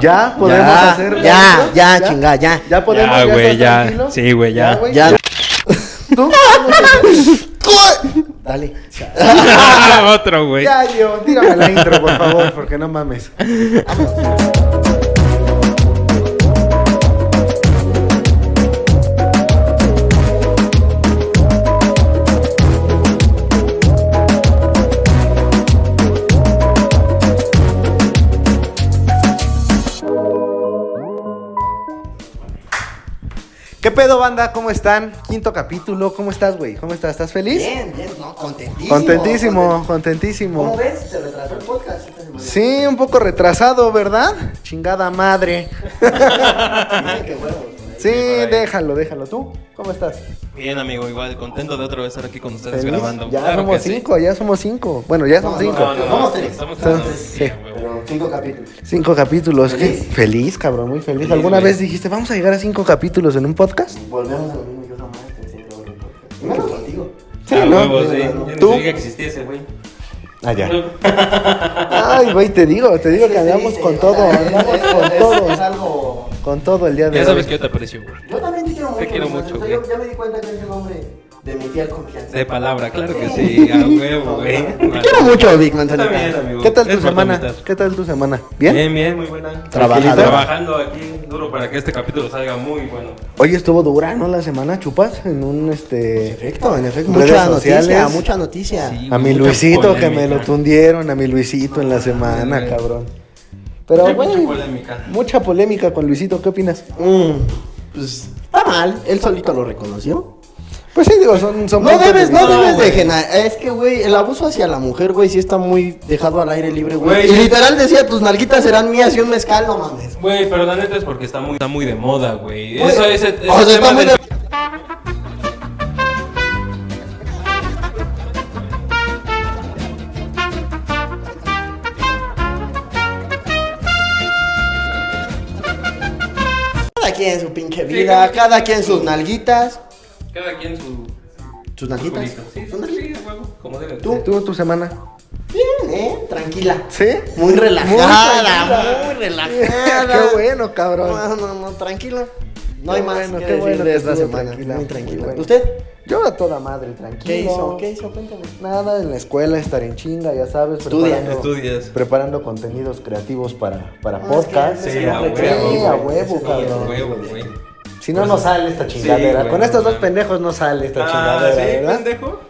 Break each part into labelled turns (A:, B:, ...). A: Ya podemos
B: Ya,
A: hacer.
B: ya, ya, chinga, ya.
A: Ya podemos
C: Ya, güey,
A: estás
C: ya.
A: tranquilo?
C: Sí, güey, ya.
A: güey,
B: Ya.
A: ¿Tú? ¿Cómo
B: Dale.
A: te-
C: Otro, güey.
A: Ya, Dios, tírame la intro, por favor, porque no mames. ¿Qué pedo, banda? ¿Cómo están? Quinto capítulo. ¿Cómo estás, güey? ¿Cómo estás? ¿Estás feliz?
B: Bien, bien, no, contentísimo.
A: Contentísimo,
B: ¿Cómo
A: contentísimo.
B: ves? Se retrasó el podcast. esta semana.
A: Sí, un poco retrasado, ¿verdad? Chingada madre.
B: Dicen que huevos.
A: Sí, déjalo, déjalo. ¿Tú? ¿Cómo estás?
D: Bien, amigo, igual contento de otra vez estar aquí con ustedes
A: ¿Feliz?
D: grabando.
A: Ya
D: Claro
A: somos
D: que sí.
A: cinco, ya somos cinco. Bueno, ya son
B: No, no,
A: cinco.
B: no, no. Somos tres.
D: Somos
A: Entonces,
D: tres.
A: sí.
D: Sí, güey.
B: Pero cinco capítulos.
A: Cinco capítulos. ¿Qué?
B: Feliz.
A: Feliz. cabrón, muy feliz.
D: Feliz,
A: ¿Alguna
D: güey.
A: vez dijiste, vamos a llegar a cinco capítulos en un podcast?
B: Volvemos a lo mismo. Yo jamás pensé en grabar un podcast. Y menos contigo.
A: Sí,
C: Ah,
A: ¿no?
C: huevos, sí.
B: No, no, no.
C: Yo ni
A: ¿Tú?
C: sabía que existía ese, güey.
A: Allá. Ah, Ay, güey, te digo, te digo que andamos
B: Sí,
A: con
B: o
A: todo,
B: sea,
A: andamos
B: es-
A: con
B: es- Es
A: todo.
B: algo.
A: Con todo el día de
D: Ya
A: hoy.
D: sabes que yo te aprecio, güey.
B: Yo también te quiero mucho.
D: quiero
B: Guzmán.
D: mucho,
B: O sea, yo-
D: güey.
B: Ya me di cuenta que eres un hombre de mi fiel confianza.
D: De palabra, claro que sí. A huevo, güey.
B: Te
A: Quiero mucho, Vic
D: Yo
A: Manzanita.
D: también, amigo.
A: ¿Qué tal
D: Es
A: tu
D: por
A: semana?
D: tu mitad.
A: ¿Qué tal tu semana?
D: Bien,
A: ¿Bien?
D: bien, muy buena.
A: Trabajadora.
D: Trabajando aquí duro para que este capítulo salga muy bueno.
A: Hoy estuvo dura, ¿no? La semana, chupas, en un
B: En
A: este.
B: efecto, en efecto.
A: Redes
B: Mucha
A: sociales.
B: noticia, mucha Ah, noticia.
D: Sí.
A: A mi
D: Mucha
A: Luisito que me
D: polémica.
A: lo tundieron, a mi Luisito en la semana,
D: güey.
A: cabrón. Pero
D: Hay
A: bueno,
D: mucha polémica.
A: mucha polémica con Luisito, ¿qué opinas?
B: Mm, pues está mal, él solito lo reconoció.
A: Pues sí, digo, son, son
B: No
A: puntos
B: debes,
A: de
B: no
A: vista.
B: debes de
D: güey.
B: genar. Es que, güey, el abuso hacia la mujer, güey, sí está muy dejado al aire libre, güey.
D: Güey,
B: Y
D: sí.
B: literal decía, tus nalguitas serán mías y un mezcal, no mames.
D: Güey, pero la neta es porque está muy, está muy de moda, güey.
B: Güey,
D: Eso es. ese
B: o sea, está
D: tema
B: muy
D: de-
B: de- Cada quien su pinche vida,
D: cada-
B: cada quien sus nalguitas.
D: Cada quien su.
B: ¿Sus
D: su
B: nalguitas?
D: culito. Sí,
B: ¿Sus
D: sí,
B: nalguitas?
D: sí, huevo. Como debe. de
B: ¿Tú?
D: ser.
A: ¿Tú, tu semana?
B: Bien, eh, tranquila.
A: ¿Sí?
B: Muy relajada,
A: tranquila.
B: muy relajada.
A: Qué bueno,
B: No,
A: cabrón.
B: no, no, tranquila. No
A: Qué
B: hay más
A: bueno,
B: que
A: qué
B: decir
A: bueno
B: de
A: que
B: esta
A: estuvo
B: semana.
A: tranquila,
B: muy
A: muy
B: tranquila.
A: bueno.
B: ¿Usted?
A: Yo a toda madre, tranquilo.
B: ¿Qué hizo? ¿Qué hizo? Cuéntame.
A: Nada, en la escuela, estar en chinga, ya sabes.
B: Estudia,
A: preparando-
D: estudias.
A: Preparando contenidos creativos para, para
B: Ah,
A: podcast.
B: es que-
D: Sí, a
B: Sí,
D: huevo.
A: a
D: güey.
A: huevo,
D: Sí,
A: cabrón.
D: A huevo, güey.
A: Si no, no sale esta chingadera.
D: Pues, güey,
A: Con estos
D: no
A: dos
D: mames.
A: pendejos no sale esta
D: Ah,
A: chingadera,
D: sí,
A: ¿verdad?
D: pendejo.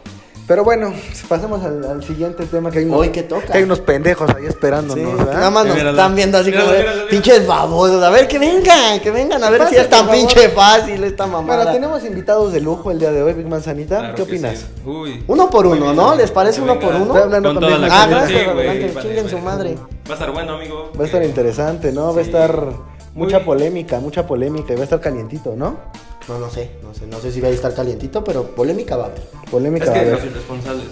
A: Pero bueno, pasemos al, al siguiente tema que hay unos,
B: Hoy que toca.
A: hay unos pendejos ahí esperándonos,
B: Sí,
A: ¿verdad?
B: nada más nos
D: Míralo.
B: están viendo así como
D: Míralo,
B: de,
D: míralo, míralo.
B: pinches babosos. A ver que vengan, que vengan a ver si
A: Pásate,
B: es tan
A: por favor.
B: pinche fácil esta mamada.
A: Bueno, tenemos invitados de lujo el día de hoy, Big Manzanita.
D: Claro
A: ¿Qué
D: que
A: opinas?
D: sí. Uy.
B: Uno por
D: Muy
B: uno,
D: bien.
B: ¿no? ¿Les parece
D: Que
B: uno por
D: venga.
B: uno?
A: Estoy hablando
D: Con
A: con
D: toda
A: Big
D: la
A: Man. Ah,
D: gente.
B: gracias,
D: Sí, güey,
B: adelante,
D: vale,
B: chinguen su
D: vale.
B: madre.
D: Va a estar bueno, amigo. Eh,
A: Va a estar interesante, ¿no? Va a
D: Sí.
A: estar mucha
D: Muy-
A: polémica, mucha polémica y va a estar calientito, ¿no?
B: No, no sé, no sé, no sé si va a estar calientito, pero polémica va a haber.
A: Polémica
D: Es
A: va a
D: que los
A: haber.
D: irresponsables.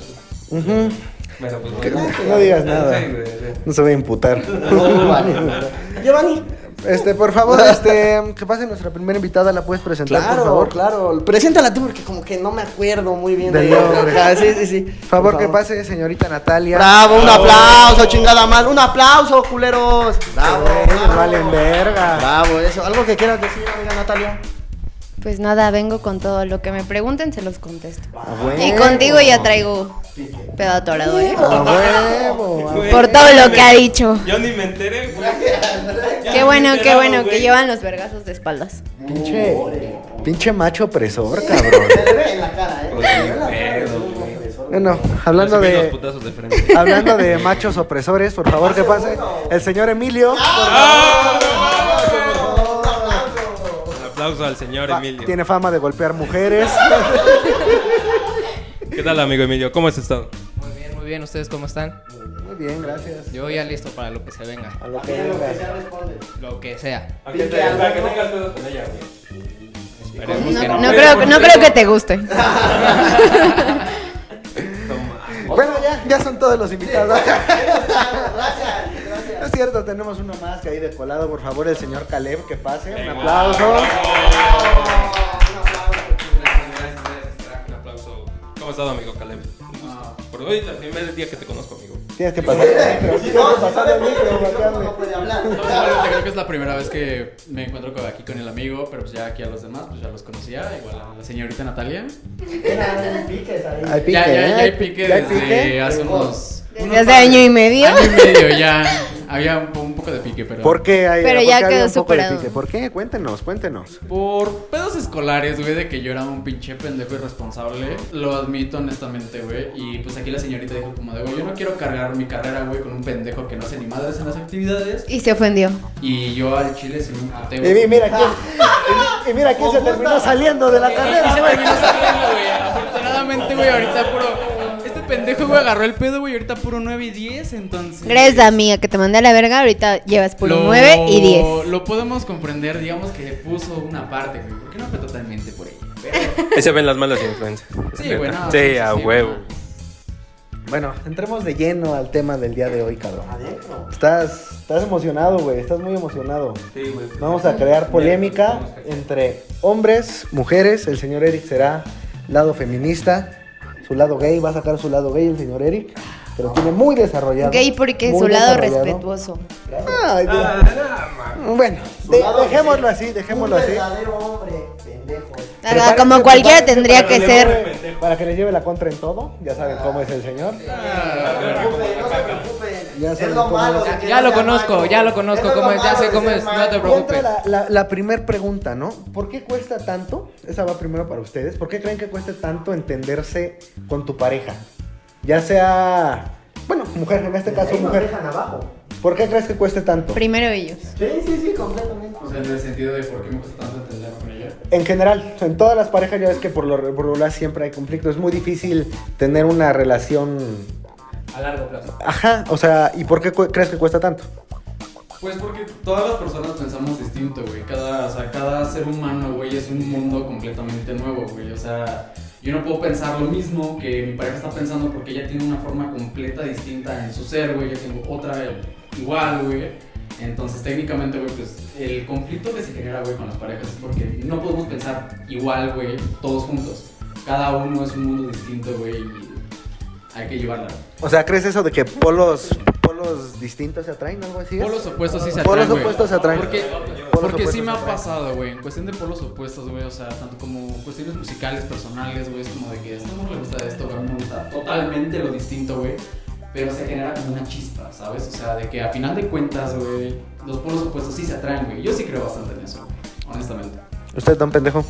D: güey.
A: Ujú.
D: Bueno, pues
A: Que-
D: bueno.
A: No digas nada.
D: Sí, güey, sí.
A: No se va a imputar.
B: No, vale. Giovanni.
A: Este, por favor, este, que pase nuestra primera invitada, la puedes presentar, por
B: Claro,
A: favor.
B: claro. Preséntala tú porque como que no me acuerdo muy bien
A: Del
B: de
A: nombre.
B: Ajá, Sí, sí, sí.
A: Por favor, que pase, señorita Natalia.
B: Bravo, un
D: Bravo.
B: aplauso, chingada madre. Un aplauso, culeros. Bravo.
A: Eh,
B: bravo.
A: valen verga.
B: Bravo, eso. ¿Algo que quieras decir, amiga Natalia?
E: Pues nada, vengo con todo lo que me pregunten, se los contesto.
A: A huevo.
E: Y contigo ya traigo pedo atorado, ¿eh?
A: A huevo. a-
D: Ah, Güey,
E: Por
D: yo
E: todo
D: ni
E: lo
D: me-
E: que ha dicho.
D: Yo ni me enteré, güey. Ya
E: Qué
D: me
E: bueno,
D: he
E: qué
D: enterado,
E: bueno, que
D: güey.
E: llevan los vergazos de espaldas.
A: Pinche, pinche macho opresor, cabrón.
B: Se le ve en la cara,
D: Pues, ni pedo, güey.
A: Bueno, hablando
D: Recibí los
A: de
D: putazos de frente.
A: hablando de machos opresores, por favor que pase el señor Emilio.
D: Un aplauso al señor
A: Fa-
D: Emilio.
A: Tiene fama de golpear mujeres.
D: ¿Qué tal, amigo Emilio? ¿Cómo has estado?
F: Muy bien, muy bien. ¿Ustedes cómo están?
A: Muy bien, gracias.
F: Yo ya listo para lo que se venga.
A: A lo que venga.
F: Lo que sea.
D: ¿A qué te- para que tengas pedos con ella, güey. Esperemos que
E: No, no creo, no creo que te guste.
A: Bueno, ya, ya son todos los invitados. No es cierto, tenemos uno más que ahí de colado, por favor, el señor Caleb, que pase. Un aplauso.
D: Ah. Un aplauso. ¿Cómo has estado, amigo Caleb? Un gusto. Por hoy, el primer día que te conozco, amigo.
A: Tienes que pasar el micro. Tienes que pasar el micro, Macame.
G: No, pues, obviamente creo que es la primera vez que me encuentro con- aquí con el amigo, pero pues ya aquí a los demás, pues ya los conocía, igual a la señorita Natalia.
A: Hay pique,
G: ya, ya,
A: ¿eh?
G: ya hay pique
A: ¿Ya hay
G: desde
A: pique?
G: hace unos...
E: Desde hace año y medio.
G: Año y medio ya, había un, un poco de pique, pero...
A: ¿Por qué hay
E: Pero
A: por
E: ya
A: qué había
E: quedó
A: un poco de
E: superado.
A: pique? ¿Por qué? Cuéntenos, cuéntenos.
G: Por pedos escolares, güey, de que yo era un pinche pendejo irresponsable. Lo admito honestamente, güey. Y pues aquí la señorita dijo como de, güey, yo no quiero cargar mi carrera, güey, con un pendejo que no hace ni madres en las actividades.
E: Y se ofendió.
G: Y yo al chile se me emputé,
A: Y mi- mira quién, y mi- y mira quién se terminó saliendo de la carrera, güey.
G: terminó saliendo, güey. Afortunadamente, güey, ahorita puro... Este pendejo, güey, agarró el pedo, güey, ahorita puro 9 y 10, entonces...
E: Gracias, amiga, que te mandé a la verga. Ahorita llevas por
G: Lo-
E: 9 y 10.
G: Lo podemos comprender, digamos que le puso una parte, güey. ¿Por qué no fue totalmente por ella? Pero-
D: Ahí se ven las malas influencias.
G: Sí, güey, no,
D: Sí, a huevo.
A: Bueno, entremos de lleno al tema del día de hoy, cabrón. Estás, estás emocionado, güey. Estás muy emocionado.
D: Sí, güey.
A: Vamos a crear polémica entre hombres, mujeres. El señor Eric será lado feminista, su lado gay, va a sacar su lado gay el señor Eric, pero tiene muy desarrollado.
E: Gay porque
A: muy
E: su lado
A: desarrollado.
E: respetuoso.
A: Ay, mira. bueno, de- dejémoslo así, dejémoslo así.
E: Ah,
A: Prepárense,
E: como cualquiera
A: prepárense
E: tendría que
A: para-
E: ser.
A: Para que les lleve la contra en todo, ya saben cómo es el señor. Ah. Ya saben cómo es.
F: Ya, ya lo conozco, ya lo conozco, cómo es, ya sé cómo es, no te
A: Y entra
F: preocupes.
A: la, la, primera pregunta, ¿no? ¿Por qué cuesta tanto? Esa va primero para ustedes. ¿Por qué creen que cuesta tanto entenderse con tu pareja? Ya sea, bueno, mujer, en este caso mujer. ¿Por qué crees que cueste tanto?
E: Primero ellos.
G: O sea, en el sentido de por qué me cuesta tanto entender con ella.
A: En general, en todas las parejas ya ves que por lo por lo regular siempre hay conflicto. Es muy difícil tener una relación...
D: A largo plazo.
A: Ajá, o sea, ¿y por qué cu- crees que cuesta tanto?
G: Pues porque todas las personas pensamos distinto, güey. Cada, o sea, cada ser humano, güey, es un mundo completamente nuevo, güey. O sea, yo no puedo pensar lo mismo que mi pareja está pensando porque ella tiene una forma completa distinta en su ser, güey. Yo tengo otra igual, güey. Entonces, técnicamente, güey, pues el conflicto que se genera, güey, con las parejas es porque no podemos pensar igual, güey, todos juntos. Cada uno es un mundo distinto, güey, y hay que llevarla.
A: O sea, ¿crees eso de que polos, polos distintos se atraen o algo así? es?
G: Polos opuestos sí se
A: Polos
G: atraen, güey.
A: opuestos se atraen.
G: Porque,
A: Polos opuestos
G: porque sí me
A: se
G: ha
A: atraen.
G: pasado, güey. En cuestión de polos opuestos, güey. O sea, tanto como cuestiones musicales, personales, güey. Es como de que a este mujer le gusta esto, güey. A mí me gusta totalmente lo distinto, güey. Pero se genera como una chispa, ¿sabes? O sea, de que a final de cuentas, güey, los polos opuestos sí se atraen, güey. Yo sí creo bastante en eso, güey, honestamente.
A: Usted, don pendejo.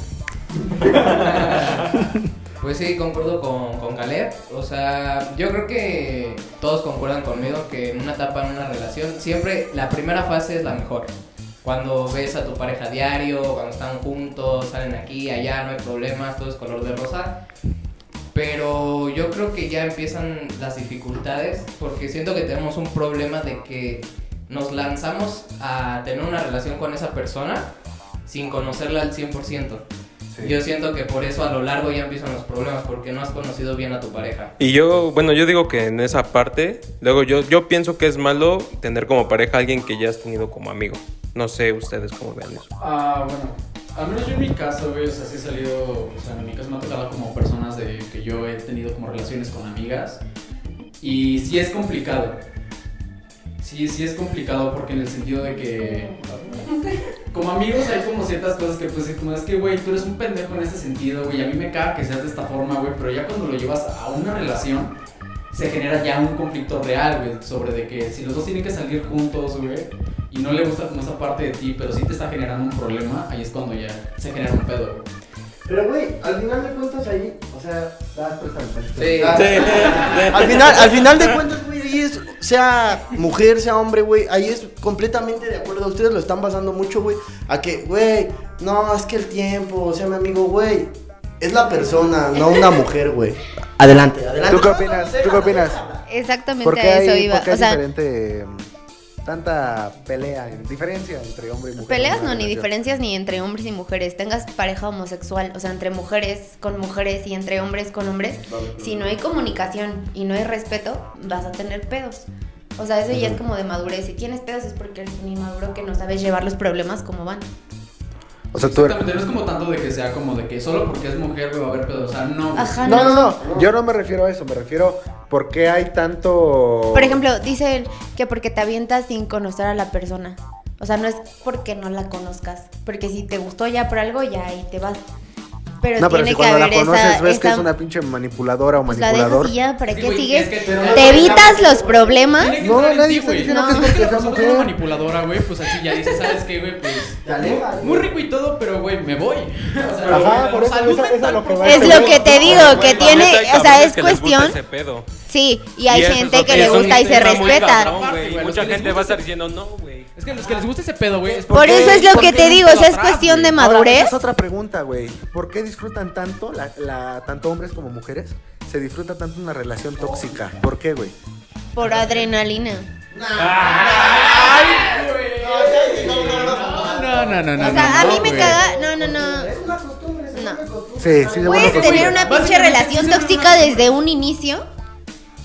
F: Pues sí, concuerdo con, con Caleb. O sea, yo creo que todos concuerdan conmigo que en una etapa, en una relación, siempre la primera fase es la mejor. Cuando ves a tu pareja diario, cuando están juntos, salen aquí, allá, no hay problemas, todo es color de rosa. Pero yo creo que ya empiezan las dificultades porque siento que tenemos un problema de que nos lanzamos a tener una relación con esa persona sin conocerla al 100%. Yo siento que por eso a lo largo ya empiezan los problemas, porque no has conocido bien a tu pareja.
D: Y yo, bueno, yo digo que en esa parte, luego yo, yo pienso que es malo tener como pareja a alguien que ya has tenido como amigo. No sé ustedes cómo vean eso.
G: Ah, bueno. Al menos yo en mi caso, güey, o sea, sí he salido, o sea, en mi caso me ha tocado como personas de que yo he tenido como relaciones con amigas. Y sí es complicado. Sí, sí es complicado porque en el sentido de que como amigos hay como ciertas cosas que pues como es que güey, tú eres un pendejo en este sentido, güey, a mí me caga que seas de esta forma, güey, pero ya cuando lo llevas a una relación se genera ya un conflicto real, güey, sobre de que si los dos tienen que salir juntos, güey, y no le gusta como esa parte de ti, pero sí te está generando un problema, ahí es cuando ya se genera un pedo, güey.
B: Pero, güey, al final de cuentas ahí, o sea, das
F: Sí.
G: Ah,
B: Al final, al final de cuentas, güey, ahí es, sea mujer, sea hombre, güey, ahí es completamente de acuerdo. Ustedes lo están basando mucho, güey, a que, güey, no, es que el tiempo, o sea, mi amigo, güey, es la persona, no una mujer, güey. Adelante, adelante.
A: ¿Tú qué opinas? ¿Tú qué opinas?
E: Exactamente
A: ¿Por qué
E: a eso
A: hay,
E: iba.
A: por qué hay
E: o sea,
A: diferente mm, tanta pelea, en- diferencia entre hombre y mujer?
E: Peleas
A: en una
E: no, ni
A: relación?
E: diferencias ni entre hombres y mujeres. Tengas pareja homosexual, o sea, entre mujeres con mujeres y entre hombres con hombres. Si no hay comunicación y no hay respeto, vas a tener pedos. O sea, eso ya es como de madurez. Si tienes pedos es porque eres un inmaduro que no sabes llevar los problemas como van.
A: O sea, tú
G: Exactamente, no es como tanto de que sea como de que solo porque es mujer, güey, va a haber pedo. O sea, no. güey.
E: Ajá,
A: No, no, no. Yo no me refiero a eso. Me refiero por qué hay tanto.
E: Por ejemplo, dicen que porque te avientas sin conocer a la persona. O sea, no es porque no la conozcas. Porque si te gustó ya por algo, ya ahí te vas. Pero
A: no, pero
E: tiene
A: si
E: que
A: cuando
E: haber
A: la conoces
E: esa,
A: ves que
E: esa-
A: es una pinche manipuladora o
E: pues la dejas
A: manipulador.
E: y ya, ¿para
G: Sí,
E: qué
G: güey,
E: sigues?
G: es que pero-
E: ¿Te evitas los problemas?
G: Tiene que
A: No,
G: entrar en
A: nadie
G: ti,
A: está
G: güey.
A: diciendo
E: que es
G: No,
A: porque
G: es que
A: sea
G: la persona es
A: mujer.
G: una manipuladora, güey, pues así ya dices, ¿sabes qué, güey? Pues.
B: Te alejas, güey.
G: Muy rico y todo, pero, güey, me voy. O sea,
A: Ajá, por eso,
G: salud
A: esa- esa es lo que va
E: Es
A: Ay,
E: lo
A: güey,
E: que te digo, que
D: Güey, la
E: tiene,
D: neta, hay
E: o sea,
D: cabrones
E: es
D: que les gusta
E: cuestión,
D: ese pedo.
E: sí, y hay
D: Y eso es
E: gente
D: lo
E: que le
D: es un
E: gusta y se
D: tema muy
E: respeta.
D: cabrón, güey.
G: Aparte,
D: Mucha
G: güey,
D: gente
G: los
D: va a estar diciendo, no, güey.
G: Es que a los que les gusta ese pedo, güey. es
E: Por
G: porque-
E: eso es lo que
G: porque
E: te digo, o sea, es
G: atrás,
E: cuestión de
G: güey.
A: Ahora, esa
E: madurez.
A: es otra pregunta, güey. ¿Por qué disfrutan tanto, la, la- tanto hombres como mujeres, se disfruta tanto una relación tóxica? ¿Por qué, güey?
E: Por adrenalina.
G: No, no, no, no.
E: O sea, a mí me
G: güey.
E: caga, no, no, no.
B: Es una costumbre, es
E: No.
B: una costumbre.
A: Sí, sí,
E: Puedes
A: bueno, pues
E: tener una pinche
G: Básicamente,
E: relación
G: sí, sí,
E: tóxica
G: no, no.
E: desde un inicio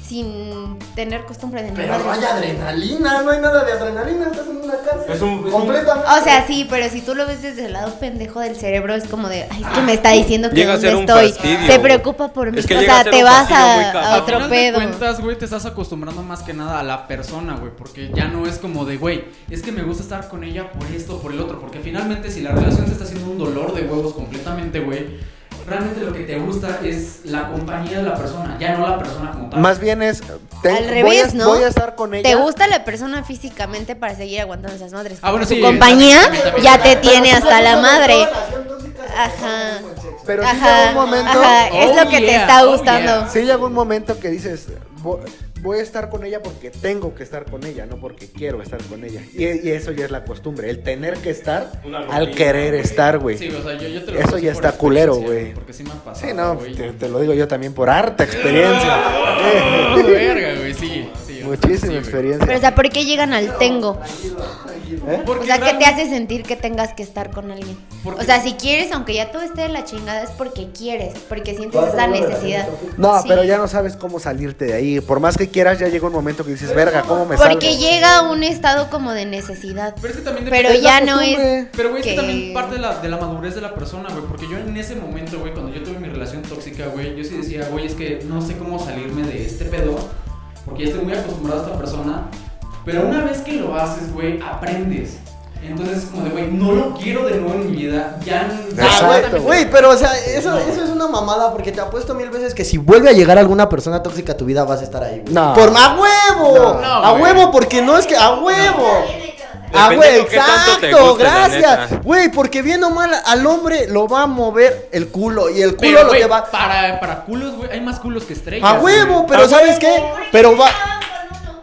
E: sin tener costumbre de
B: Pero no hay
E: nada.
B: adrenalina, no hay nada de adrenalina, estás en una cárcel.
D: Es un- es un-
B: Completamente.
E: O sea, sí, pero si tú lo ves desde el lado pendejo del cerebro, es como de, ay, es que me está diciendo que
D: Llega a
E: dónde
D: ser un
E: estoy.
D: fastidio,
E: Se
D: güey.
E: preocupa por mí.
D: Es que
E: o
D: llega
E: sea,
D: a ser
E: te
D: un
E: vas
D: fastidio muy
E: a,
D: cabrón.
E: a
D: Al
G: Al
E: otro
G: final de
E: pedo.
G: cuentas, güey, te estás acostumbrando más que nada a la persona, güey, porque ya no es como de, güey, es que me gusta estar con ella por esto o por el otro, porque finalmente si la relación se está haciendo un dolor de huevos completamente, güey, realmente lo que te gusta es la compañía de la persona, ya no la persona como tal.
A: Más bien es. te-
E: Al
A: voy
E: revés,
A: a-
E: ¿no?
A: Voy a estar con ella.
E: Te gusta la persona físicamente para seguir aguantando esas madres.
G: Ah, bueno,
E: Su
G: sí,
E: compañía
G: exactamente.
E: ya te
B: Pero
E: tiene
B: si
E: hasta
B: no
E: la
B: hay
E: madre.
B: relación tóxica, se
E: Ajá.
B: acaba con sexo.
A: Pero sí llega
E: Ajá,
A: un momento.
E: ajá, es
G: Oh,
E: lo que te
G: yeah,
E: está
G: oh,
E: gustando.
G: yeah.
A: Sí llega un momento que dices, "Vo- voy a estar con ella porque tengo que estar con ella, no porque quiero estar con ella. Y, y eso ya es la costumbre, el tener que estar
D: Una
A: al
D: rutina,
A: querer
D: güey.
A: estar, güey.
G: Sí,
A: Sí,
G: o sea, yo, yo te lo
A: Eso
G: digo
A: ya
G: por
A: está culero,
G: experiencia,
A: güey.
G: Porque sí me ha pasado.
A: no,
G: güey.
A: te, te lo digo yo también por harta experiencia.
G: Ah, verga, güey, sí, sí. o sea, sí,
A: Muchísima
G: güey.
A: experiencia.
E: Pero, o sea, ¿por qué llegan al tengo?
A: ¿Eh?
E: O
G: Porque
E: sea, ¿qué te
G: realmente-
E: hace sentir que tengas que estar con alguien?
G: Porque-
E: O sea, si quieres, aunque ya todo esté de la chingada, es porque quieres, porque sientes
B: Vas a
E: esa
B: tener una
E: necesidad.
B: relación tóxica.
A: No,
E: Sí.
A: pero ya no sabes cómo salirte de ahí. Por más que quieras, ya llega un momento que dices, verga, ¿cómo me salgo?
E: Porque llega un estado como de necesidad.
G: Pero es que también
E: Pero
G: depende-
E: ya no
A: costumbre.
E: es.
G: Pero, güey, es
E: que-
G: que también parte de la, de la madurez de la persona, güey. Porque yo en ese momento, güey, cuando yo tuve mi relación tóxica, güey, yo sí decía, güey, es que no sé cómo salirme de este pedo. Porque ya estoy muy acostumbrado a esta persona. Pero una vez que lo haces, güey, aprendes. Entonces es como de, güey, no lo quiero de nuevo en mi vida. Ya no.
B: Ah, güey,
A: Exacto, güey.
B: Güey, pero o sea, eso, eso es una mamada porque te apuesto mil veces que si vuelve a llegar alguna persona tóxica a tu vida vas a estar ahí, güey.
A: No.
B: Por a huevo.
A: No.
G: No,
B: a
G: güey.
B: huevo porque no es que a huevo. A
D: Depende
B: huevo,
D: de qué tanto te
B: exacto,
D: guste, la
B: gracias.
D: neta.
B: Güey, porque bien o mal al hombre lo va a mover el culo y el culo
G: Pero,
B: lo
G: güey,
B: que va
G: para, para culos, güey, hay más culos que estrellas.
B: a huevo,
G: güey.
B: pero ¿sabes qué? Pero va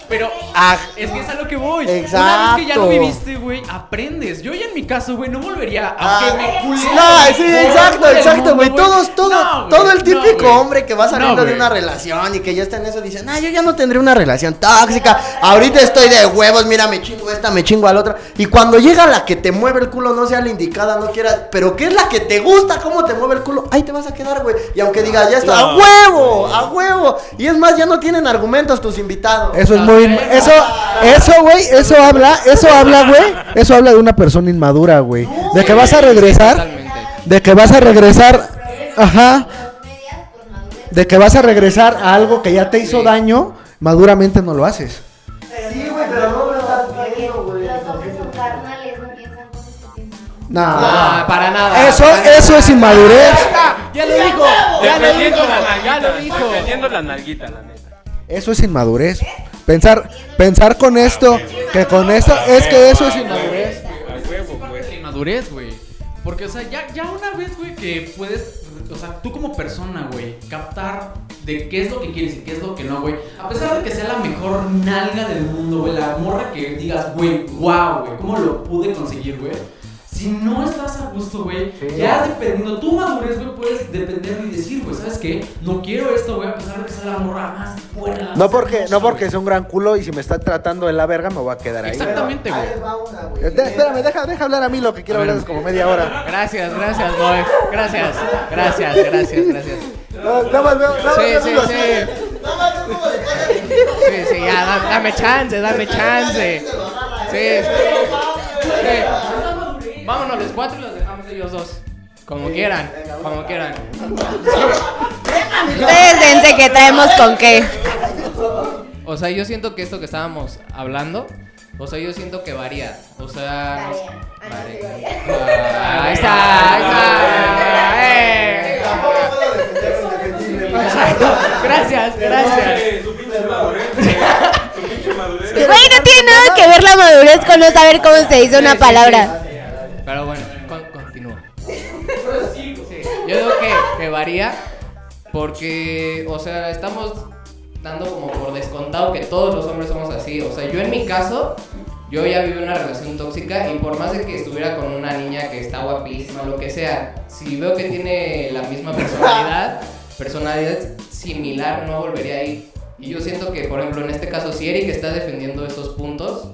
G: Pero
B: Ah,
G: es que es a lo que voy. Una
B: Exacto.
G: vez que ya lo viviste, güey, aprendes. Yo ya en mi caso, güey, no volvería a que
B: Ah,
G: me culé.
B: No, sí, exacto, exacto, güey. Todos, todo, todo el típico hombre que va saliendo de una
G: relación
B: relación y que ya está en eso dice, nah, yo ya no tendré una relación tóxica. Ahorita estoy de huevos, mira, me chingo esta, me chingo al otra. Y cuando llega la que te mueve el culo, no sea la indicada, no quieras, pero que es la que te gusta, cómo te mueve el culo, ahí te vas a quedar, güey. Y aunque digas, ya está, a
D: no,
B: huevo, a huevo. Y es más, ya no tienen argumentos tus invitados.
A: Eso es muy. Eso, eso, güey, eso habla, eso habla, güey. Eso habla de una persona inmadura, güey. De que vas a regresar, de que vas a regresar. Ajá. De que vas a regresar a algo que ya te hizo daño, maduramente no lo haces.
B: Sí, güey, pero no lo estás viendo, güey.
A: No.
G: para nada.
A: Ah. Eso, eso es inmadurez.
G: Ya lo dijo. Ya lo
D: Dependiendo
G: dijo.
D: la
G: Ya lo
D: nalguita.
G: dijo.
D: Dependiendo la nalguita, la neta.
A: Eso es inmadurez. Pensar, pensar con esto, que con esto, es que eso es inmadurez.
D: A huevo, güey.
G: La inmadurez, güey. Porque, o sea, ya, ya una vez, güey, que puedes, o sea, tú como persona, güey, captar de qué es lo que quieres y qué es lo que no, güey. A pesar de que sea la mejor nalga del mundo, güey, la morra que digas, güey, wow, güey, ¿cómo lo pude conseguir, güey? Si no estás a gusto, güey, ya dependiendo, tu madurez, güey, puedes depender y decir, güey, ¿sabes qué? No quiero esto, güey, a pesar de que sea la morra más buena.
A: No
G: más
A: porque,
G: hermosa,
A: no porque
G: güey".
A: sea un gran culo y si me está tratando de la verga me voy a quedar ahí.
G: Exactamente, güey.
A: Eh, de- espérame, deja, deja hablar a mí lo que quiero
G: A ver.
A: hablar es como media hora.
G: Gracias, gracias, boy. Gracias, gracias, gracias, gracias.
A: No, nada más veo- nada más
G: Sí,
A: veo
G: sí,
A: los-
G: sí. Sí, sí, ya, da- dame chance, dame chance. Sí. sí.
F: Vámonos los cuatro y los dejamos ellos dos. Como quieran, como quieran.
E: Ustedes dense que traemos con qué.
F: O sea, yo siento que esto que estábamos hablando, o sea, yo siento que varía. O sea, no sé. Ah, ahí está, ahí está. eh.
B: Tampoco puedo defender lo indefendible, güey.
F: Gracias, gracias.
D: Su pinche madurez. Su pinche madurez.
E: Güey, no tiene nada que ver la madurez con no saber cómo se dice una
F: Sí, sí,
E: palabra.
F: Pero bueno, con- continúa. Sí, Yo digo que, que varía porque, o sea, estamos dando como por descontado que todos los hombres somos así. O sea, yo en mi caso, yo ya viví una relación tóxica y por más de que estuviera con una niña que está guapísima, lo que sea, si veo que tiene la misma personalidad, personalidad similar, no volvería ahí. Y yo siento que, por ejemplo, en este caso, si Eric está defendiendo estos puntos,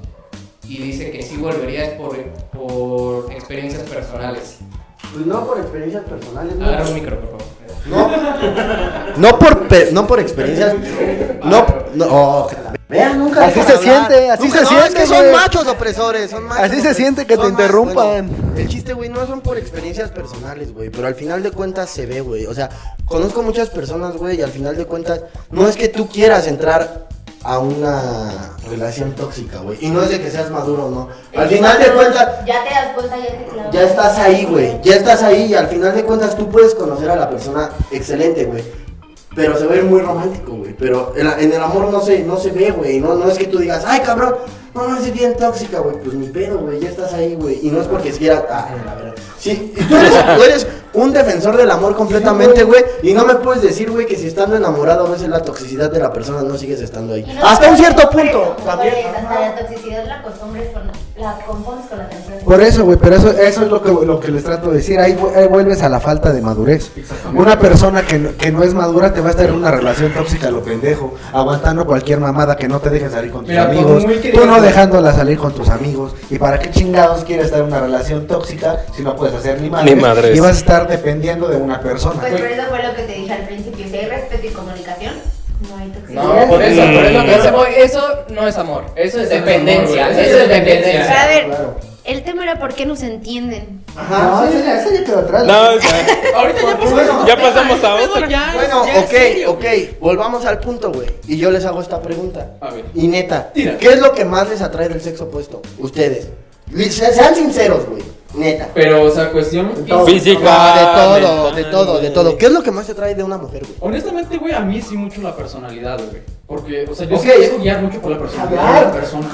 F: y dice que sí volvería es por, por experiencias personales.
B: Pues no por experiencias personales, güey.
F: Agarra un micro, por favor.
B: No, no por, pe- no por experiencias. No, no, oh, que la- Vean, nunca
A: Así
B: dejan
A: se
B: hablar.
A: siente, así se
B: no,
A: siente,
B: Es que son
A: güey.
B: machos opresores, son machos
A: Así se
B: opresores.
A: siente que te
B: Son más-
A: interrumpan.
B: bueno, el chiste, güey, no son por experiencias personales, güey. Pero al final de cuentas se ve, güey. O sea, conozco muchas personas, güey, y al final de cuentas no es que tú quieras entrar a una relación tóxica, güey. Y no es de que seas maduro o no. Al final de cuentas,
E: Ya te das cuenta, ya te clavas.
B: ya estás ahí, güey. Ya estás ahí y al final de cuentas tú puedes conocer a la persona excelente, güey. Pero se ve muy romántico, güey. Pero en, la- en el amor no se, no se ve, güey. No, no es que tú digas, ay, cabrón, no, no, es bien tóxica, güey. Pues ni pedo, güey. Ya estás ahí, güey. Y no es porque quiera... Ah, la verdad. Sí, y tú eres, tú eres un defensor del amor completamente, güey. Y no me puedes decir, güey, que si estando enamorado a veces la toxicidad de la persona no sigues estando ahí.
H: Y no
B: Hasta un
H: solo
B: cierto
H: eso,
B: punto.
H: pues,
B: También.
H: Hasta la toxicidad la acostumbres con la compones con la atención.
A: Por eso, güey, pero eso, eso es lo que, lo que les trato de decir. Ahí, vu- ahí vuelves a la falta de madurez. Una persona que no, que no es madura te va a estar en una relación tóxica, a lo pendejo, aguantando cualquier mamada que no te dejen salir con tus
G: Mira, por
A: amigos,
G: muy que
A: tú no
G: digas-
A: dejándola salir con tus amigos. ¿Y para qué chingados quieres estar en una relación tóxica si no puedes hacer ni madres?
D: Ni madres.
A: Y vas a estar dependiendo de una persona.
H: Pues por eso fue lo que te dije al principio, si hay respeto y comunicación, no hay toxicidad.
F: No, por eso, por eso que
D: Mm.
F: ese boy- eso no es amor, eso es
G: Eso no es
F: dependencia,
G: amor, güey.
F: eso es dependencia.
E: Pero a ver,
A: Claro.
E: el tema era por qué nos entienden.
A: Ajá, no, esa ya- esa ya quedó atrás.
D: No, o sea,
F: Ahorita ya pasamos,
D: ya pasamos a otra.
G: Ah,
B: Bueno,
F: ya es
B: ok,
F: serio.
B: ok, volvamos al punto, güey. Y yo les hago esta pregunta.
G: A ver.
B: Y neta,
G: Tira.
B: ¿qué es lo que más les atrae del sexo opuesto? Ustedes. Li- se- Sean sinceros, güey. Neta.
G: Pero, o sea, cuestión.
B: Todo.
D: Física,
B: No, de todo, de
D: mental,
B: todo, de todo.
D: güey.
B: ¿Qué es lo que más te atrae de una mujer, güey?
G: Honestamente, güey, a mí sí mucho la personalidad, güey. Porque, o sea, yo
B: Ok.
G: sí me dejo guiar mucho por la personalidad de la persona.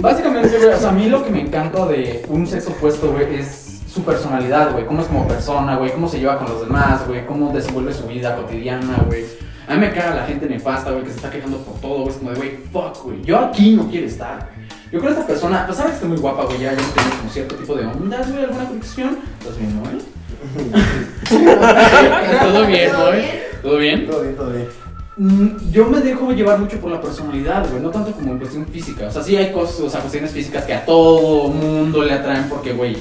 G: Básicamente, güey, o sea, a mí lo que me encanta de un sexo opuesto, güey, es su personalidad, güey. Cómo es como persona, güey. Cómo se lleva con los demás, güey. Cómo desenvuelve su vida cotidiana, güey. A mí me caga la gente nefasta, güey, que se está quejando por todo, güey. Es como de, güey, fuck, güey. Yo aquí no quiero estar. Yo con esta persona, a pesar de que esté muy guapa, güey, ya, ya tengo como cierto tipo de ondas, güey, alguna conexión. ¿Estás bien, no,
F: Todo bien, boy.
G: ¿Todo bien?
B: Todo bien, todo bien.
G: Mm, Yo me dejo llevar mucho por la personalidad, güey, no tanto como en cuestión física. O sea, sí hay cosas, o sea, cuestiones físicas que a todo mundo le atraen porque, güey,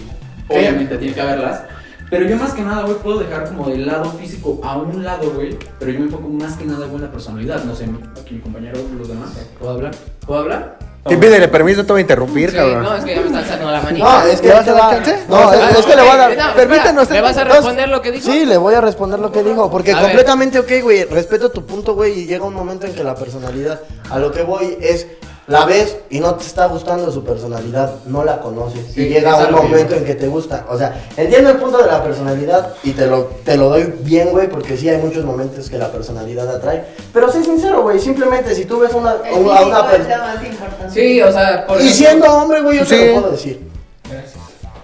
G: obviamente tiene que haberlas. Pero yo más que nada, güey, puedo dejar como del lado físico a un lado, güey. Pero yo me enfoco más que nada, güey, en la personalidad. No sé, aquí mi compañero, los demás, ¿puedo hablar?
F: ¿Puedo hablar?
A: Y pídele permiso, te voy a interrumpir,
F: Sí, no, es que ya me está alzando la manita.
B: No, es que
A: ¿Le
B: no
A: vas a
B: te
A: dar
B: va-
A: chance?
B: No,
A: No,
B: es, es que le voy a
F: No, espera,
B: dar. Permítanos.
F: ¿le vas a
B: entonces-
F: responder lo que dijo?
B: Sí, le voy a responder lo que dijo. Porque
F: A ver.
B: completamente, ok, güey. Respeto tu punto, güey. Y llega un momento en que la personalidad. A lo que voy es. La ves y no te está gustando su personalidad. No la conoces.
F: Sí,
B: y llega
F: es a
B: un
F: lo que
B: momento
F: iba.
B: en que te gusta. O sea, entiendo el punto de la personalidad. Y te lo, te lo doy bien, güey. Porque sí hay muchos momentos que la personalidad atrae. Pero sé sincero, güey. Simplemente si tú ves una,
H: El
B: a una- a
H: físico es
B: una
H: lo
B: persona.
H: más importante.
F: Sí, o sea, por
B: Y
F: ejemplo-
B: siendo hombre, güey, yo
A: Sí.
B: te lo puedo decir.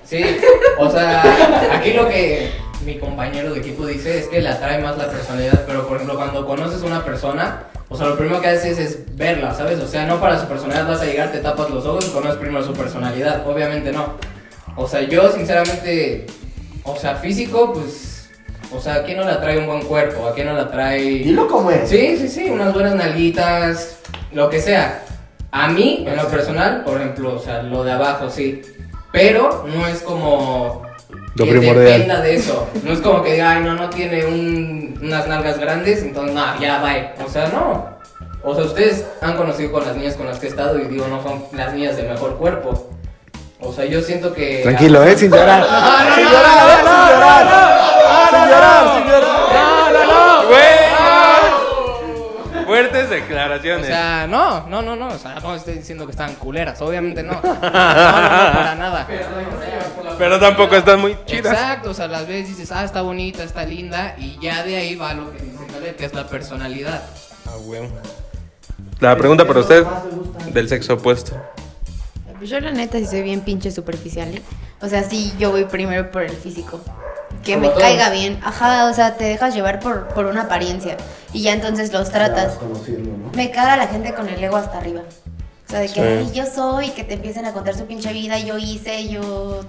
F: Sí, o sea, aquí lo que mi compañero de equipo dice es que le atrae más la personalidad, pero por ejemplo, cuando conoces a una persona, o sea, lo primero que haces es verla, ¿sabes? O sea, no para su personalidad vas a llegar, te tapas los ojos y conoces primero su personalidad, obviamente no. O sea, yo sinceramente, o sea, físico, pues, o sea, ¿a quién no le atrae un buen cuerpo? ¿A quién no le atrae...
B: Dilo como es.
F: Sí, sí, sí, unas buenas nalguitas, lo que sea. A mí, en lo personal, por ejemplo, o sea, lo de abajo, sí. Pero no es como
D: Lo
F: que
D: primordial.
F: dependa de eso. No es como que diga, ay, no, no tiene un- unas nalgas grandes, entonces, no, ya, bye. O sea, no. O sea, ustedes han conocido con las niñas con las que he estado y digo, no son las niñas de mejor cuerpo. O sea, yo siento que.
A: Tranquilo, ¿eh? Sin llorar. sin llorar, ¿eh? Sin llorar. sin llorar, sin llorar.
D: Güey. Fuertes
F: O
D: declaraciones.
F: sea, no, no, no, no. O sea, no estoy diciendo que estaban culeras. Obviamente no. No, no, no, para nada.
D: pero tampoco están muy chidas.
F: Exacto, o sea, las veces dices, ah, está bonita, está linda, y ya de ahí va lo que dice Caleb, que es la personalidad.
D: Ah, güey. La pregunta para usted del sexo opuesto.
E: Yo la neta sí soy bien pinche superficial, ¿eh? O sea, sí, yo voy primero por el físico. Que
G: Como
E: me
G: todos.
E: caiga bien. Ajá, o sea, te dejas llevar por, por una apariencia. Y ya entonces los tratas. Me caga la gente con el ego hasta arriba. O sea, de que
D: Sí.
E: "Ay, yo soy, que te empiecen a contar su pinche vida, yo hice, yo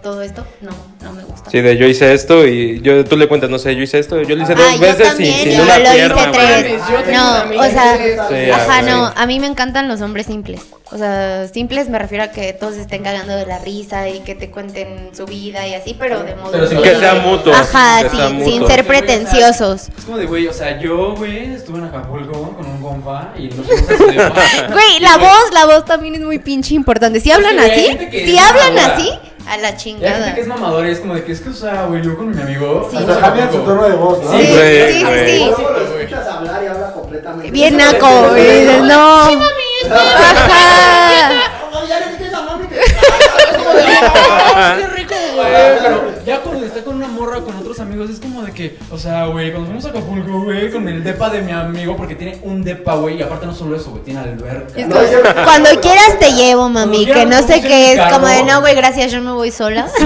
E: todo esto. No, no me gusta.
D: Sí, de yo hice esto y yo, tú le cuentas, no sé, yo hice esto, yo lo hice
E: Ah,
D: dos
E: yo
D: veces
E: también,
D: sin, sin
E: yo
D: una
E: lo hice
D: pierna, güey.
E: tres.
F: Yo tengo una
E: No,
F: amiga
E: o
F: que
E: sea,
D: hizo eso.
E: ajá,
D: Sí,
E: no,
D: güey.
E: a mí me encantan los hombres simples. O sea, simples me refiero a que todos estén cagando de la risa y que te cuenten su vida y así, pero de modo
G: Pero sin
D: Que sea mutuo.
E: Ajá,
D: que
E: sí,
D: sea
E: sin
D: mutuo.
E: ser pretenciosos.
G: Es como de, güey, o sea, yo, güey, estuve en Acapulco con un compa y nos fuimos a su depa.
E: Güey, la voz, la voz también es muy pinche importante. Si hablan
G: que hay
E: así,
G: gente que
E: si
G: es
E: hablan
G: mamadora.
E: así, a la
G: Y hay gente
E: chingada.
G: que es mamadora y es como de que es que, o sea, güey, yo con mi amigo.
E: Sí.
G: fuimos a
A: Hasta cambian su
G: Acapulco".
A: tono de voz, ¿no?
E: Sí,
D: Sí, güey,
E: sí, sí,
D: güey.
E: sí.
B: Luego lo escuchas hablar y habla completamente.
E: Bien
B: Eso
E: naco,
B: es-
E: güey, dices, no. Ajá.
B: No, ya le dije a mami que-
G: Ah, ¡Qué rico, güey! Pero ya cuando está con una morra con otros amigos es como de que, o sea, güey, cuando fuimos a Acapulco, güey, con el depa de mi amigo, porque tiene un depa, güey, y aparte no solo eso, güey, tiene alberca.
E: Es como, Cuando quieras te llevo, mami,
G: Cuando
E: que no
G: quieras,
E: sé
G: como
E: qué es,
G: si
E: como de
G: carro.
E: no, güey, gracias, yo me voy sola.
G: Sí,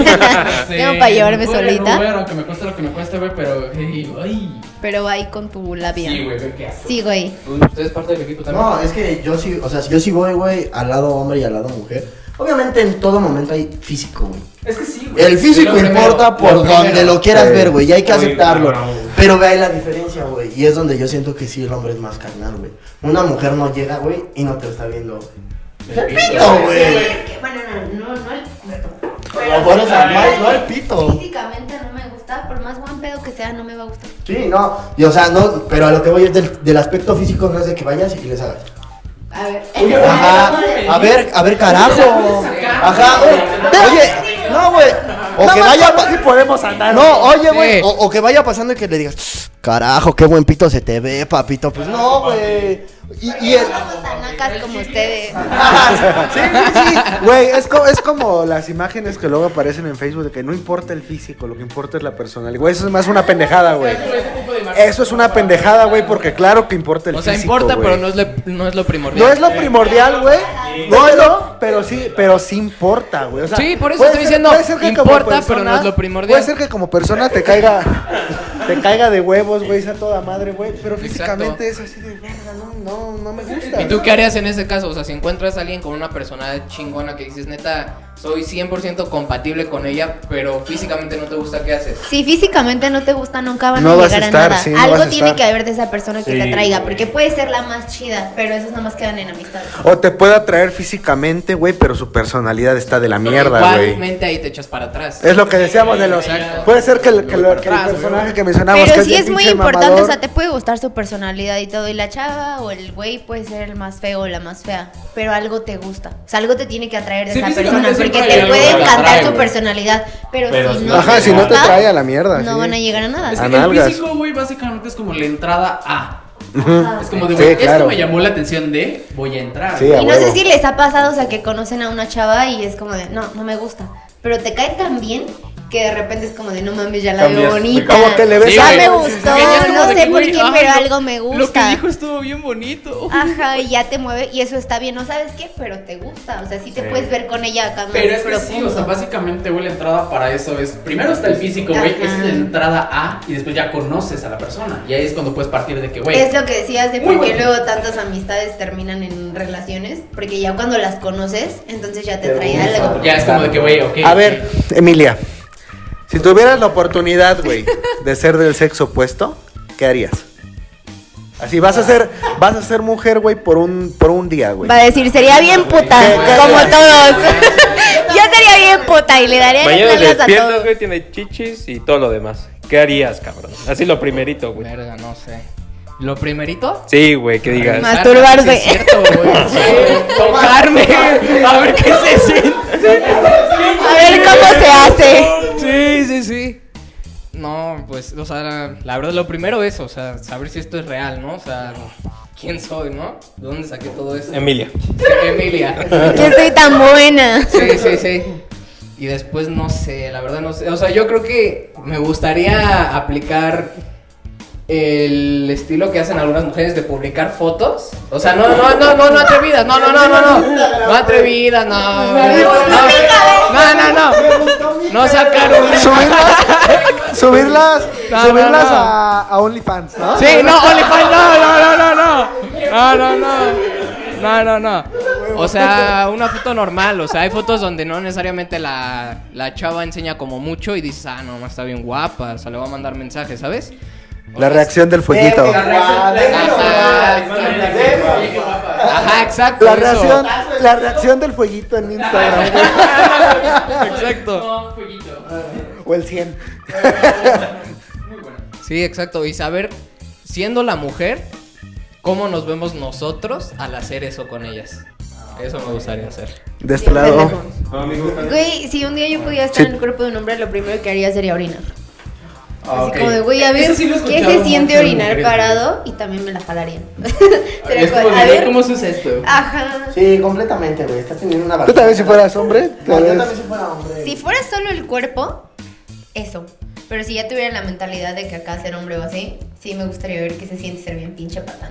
E: Tengo para llevarme
G: voy en Uber,
E: solita,
G: aunque me cueste lo que me cueste, güey, pero, hey, ay.
E: pero ahí con tu labia.
G: Sí, güey, ve qué asco.
E: Sí, güey.
F: Usted es parte del equipo también.
B: No, es que yo sí, o sea, yo sí voy, güey, al lado hombre y al lado mujer. Obviamente en todo momento hay físico, güey.
G: Es que sí, güey.
B: El físico
F: Lo primero,
B: importa por
F: lo primero.
B: donde lo quieras
A: Sí.
B: ver, güey, y hay que
D: Muy
B: aceptarlo.
D: bravo.
B: Pero ve ahí la diferencia, güey, y es donde yo siento que sí el hombre es más carnal, güey. Una mujer no llega, güey, y no te está viendo. El pito, güey.
E: Bueno, no, no, no el
B: No, por eso, no hay- no hay pito.
E: Físicamente no me gusta, por más buen pedo que sea, no me va a gustar.
B: Sí, no, y o sea, no, pero a lo que voy es del, del aspecto físico, no es de que vayas y les hagas.
E: A ver.
B: Ajá, a ver, a ver, carajo. Ajá, o- oye, no, güey. O que vaya. pa-
A: podemos andar.
B: No, oye, güey.
F: Sí.
B: O, o que vaya pasando y que le digas, carajo, qué buen pito se te ve, papito. Pues no, güey. Y, y el-
E: Tanacas como ustedes.
B: Ajá, sí, sí, sí.
A: Güey, es, co- es como las imágenes que luego aparecen en Facebook de que no importa el físico, lo que importa es la personalidad. Güey, eso es más una pendejada, güey. Eso es una pendejada, güey, porque claro que importa el
F: o sea,
A: físico.
F: importa,
A: güey.
F: pero no es, le- no es lo primordial.
A: No es lo primordial, güey. No es lo, pero sí, pero sí importa, güey. O sea,
F: Sí, por eso
A: puede
F: estoy
A: ser-
F: diciendo,
A: puede ser que como
F: importa, pero no es lo primordial.
A: Puede ser que como persona te caiga, te caiga de huevos, güey, sea toda madre, güey. Pero físicamente es así de verga, no, no, no me gusta.
F: ¿Y tú qué harías en ese caso? O sea, si encuentras a alguien con una personalidad chingona que dices, neta, soy 100% compatible con ella, pero físicamente no te gusta, ¿qué haces?
E: Si físicamente no te gusta, nunca van
A: No
E: a
A: vas
E: llegar
A: a
E: a,
A: estar,
E: nada.
A: sí, no
E: Algo
A: vas a
E: tiene
A: estar.
E: que haber de esa persona que
D: Sí,
E: te atraiga,
D: güey.
E: porque puede ser la más chida, pero esos nomás quedan en amistad.
A: O te puede atraer físicamente, güey, pero su personalidad está de la mierda, güey.
F: Igualmente ahí te echas para atrás.
A: Es lo que decíamos de los. Pues,
F: Exacto.
A: Puede ser que, el- que lo- que el
F: Atrás,
A: personaje
F: güey.
A: que mencionamos. que
E: Pero sí
A: bien
E: es muy
A: pinche
E: importante,
A: mamador,
E: o sea, te puede gustar su personalidad y todo, y la chava o el güey puede ser el más feo o la más fea, pero algo te gusta, o sea, algo te tiene que atraer de
G: Sí,
E: esa
G: físicamente
E: persona, porque
G: siempre hay
E: te
G: algo
E: puede
G: que te
E: encantar
G: atrae,
E: su
G: güey.
E: personalidad, pero,
D: Pero
E: si
D: si
E: no
D: no
A: Ajá,
E: te
A: si no te
E: gusta,
A: trae a la mierda.
E: no
A: sí.
E: van a llegar a nada.
G: Es
A: A
G: que el
A: nalgas.
G: físico, güey, básicamente es como la entrada a.
A: Ujú.
G: Es como de,
A: Sí,
G: güey,
A: claro.
G: esto me llamó la atención de, voy a entrar.
A: Sí, a
E: Y no
A: huevo.
E: sé si les ha pasado, o sea, que conocen a una chava y es como de, no, no me gusta. Pero te cae tan bien que de repente es como de, no mames, ya la veo
D: Cambias.
E: bonita.
A: Como que le ves
E: ya
A: algo.
E: me
A: Sí,
E: gustó,
F: Porque ya es como
E: no
F: de
E: sé
F: que,
E: por
F: "Uy,
E: qué,
F: ay,
E: pero
F: lo-
E: algo me
F: Lo que
E: gusta.
F: dijo estuvo bien bonito.
E: Ajá, y ya te mueve, y eso está bien, no sabes qué, pero te gusta. O sea, sí te puedes ver con ella acá más
G: Pero es que sí,
E: profundo.
G: o sea, básicamente, güey, la entrada para eso es. Primero está el físico, güey,
E: Ajá.
G: esa es la entrada a, y después ya conoces a la persona. Y ahí es cuando puedes partir de que, güey.
E: Es lo que decías de
G: Muy
E: por qué
G: bueno.
E: luego tantas amistades terminan en relaciones, porque ya cuando las conoces, entonces ya te trae algo.
G: Ya es como de que, güey, ok.
A: A ver, Emilia, si tuvieras la oportunidad, güey, de ser del sexo opuesto, ¿qué harías? Así vas a ser, vas a ser mujer, güey, por un, por un día, güey.
E: Va a decir, sería bien puta,
A: ¿Qué- qué-
E: como
A: qué-
E: todos. Yo sería bien puta y le daría
D: Mañana
E: las nalgas a
D: despiertas,
E: todos.
D: güey, tiene chichis y todo lo demás. ¿Qué harías, cabrón? Así lo primerito, güey.
F: Verga, no sé. ¿Lo primerito?
D: Sí, güey, que digas.
E: Más- Masturbarse.
F: Sí, Es cierto, güey. Sí, Tocarme. A ver qué se siente. pues, o sea, la, la verdad, lo primero es, o sea, saber si esto es real, ¿no? O sea, ¿quién soy, no? ¿De dónde saqué todo esto?
A: Em-
D: Emilia.
F: Emilia.
E: Que estoy tan buena.
F: Sí, sí, sí. Y después no sé, la verdad no sé. O sea, yo creo que me gustaría aplicar el estilo que hacen algunas mujeres de publicar fotos. O sea, no, no, no, no, no atrevidas, no, no, no, no, no. No atrevidas, no. No, no, no. No sacar un.
A: Subirlas, subirlas,
F: No, no,
A: subirlas
F: no.
A: A, a OnlyFans, ¿no?
F: Sí, no, OnlyFans, no, no, no, no, no. No, no, no. No, no, no. O sea, una foto normal. O sea, hay fotos donde no necesariamente la, la chava enseña como mucho y dices, ah, no, está bien guapa. O sea, le va a mandar mensajes, ¿sabes? O
A: La
F: sea,
A: reacción del fueguito.
B: Eh,
F: Ajá, exacto.
A: La
F: eso.
A: reacción, la reacción del fueguito en Instagram, güey.
F: Exacto.
G: No, fueguito.
A: O el 100.
G: Muy bueno.
F: Sí, exacto. Y saber, siendo la mujer, cómo nos vemos nosotros al hacer eso con ellas. Eso me gustaría hacer.
A: De este lado.
E: Güey, si un día yo pudiera estar en el cuerpo de un hombre, lo primero que haría sería orinar. Así
G: Ah, ok.
E: como de, güey, a ver
G: Eso sí lo he
E: qué
G: escuchado
E: se siente
G: mucho,
E: orinar
G: mujeres.
E: parado y también me la jalarían. Sería
G: Es
E: como,
G: como de,
E: a ver, Ah,
G: ¿Cómo se usa esto?
E: ajá.
B: Sí, completamente, güey. Estás teniendo una
A: Tú también si fueras hombre, te
B: No, yo
A: ves-
B: también si fuera hombre.
E: Si fuera solo el cuerpo, eso. Pero si ya tuviera la mentalidad de que acá ser hombre o así, sí me gustaría ver qué se siente ser bien pinche patán.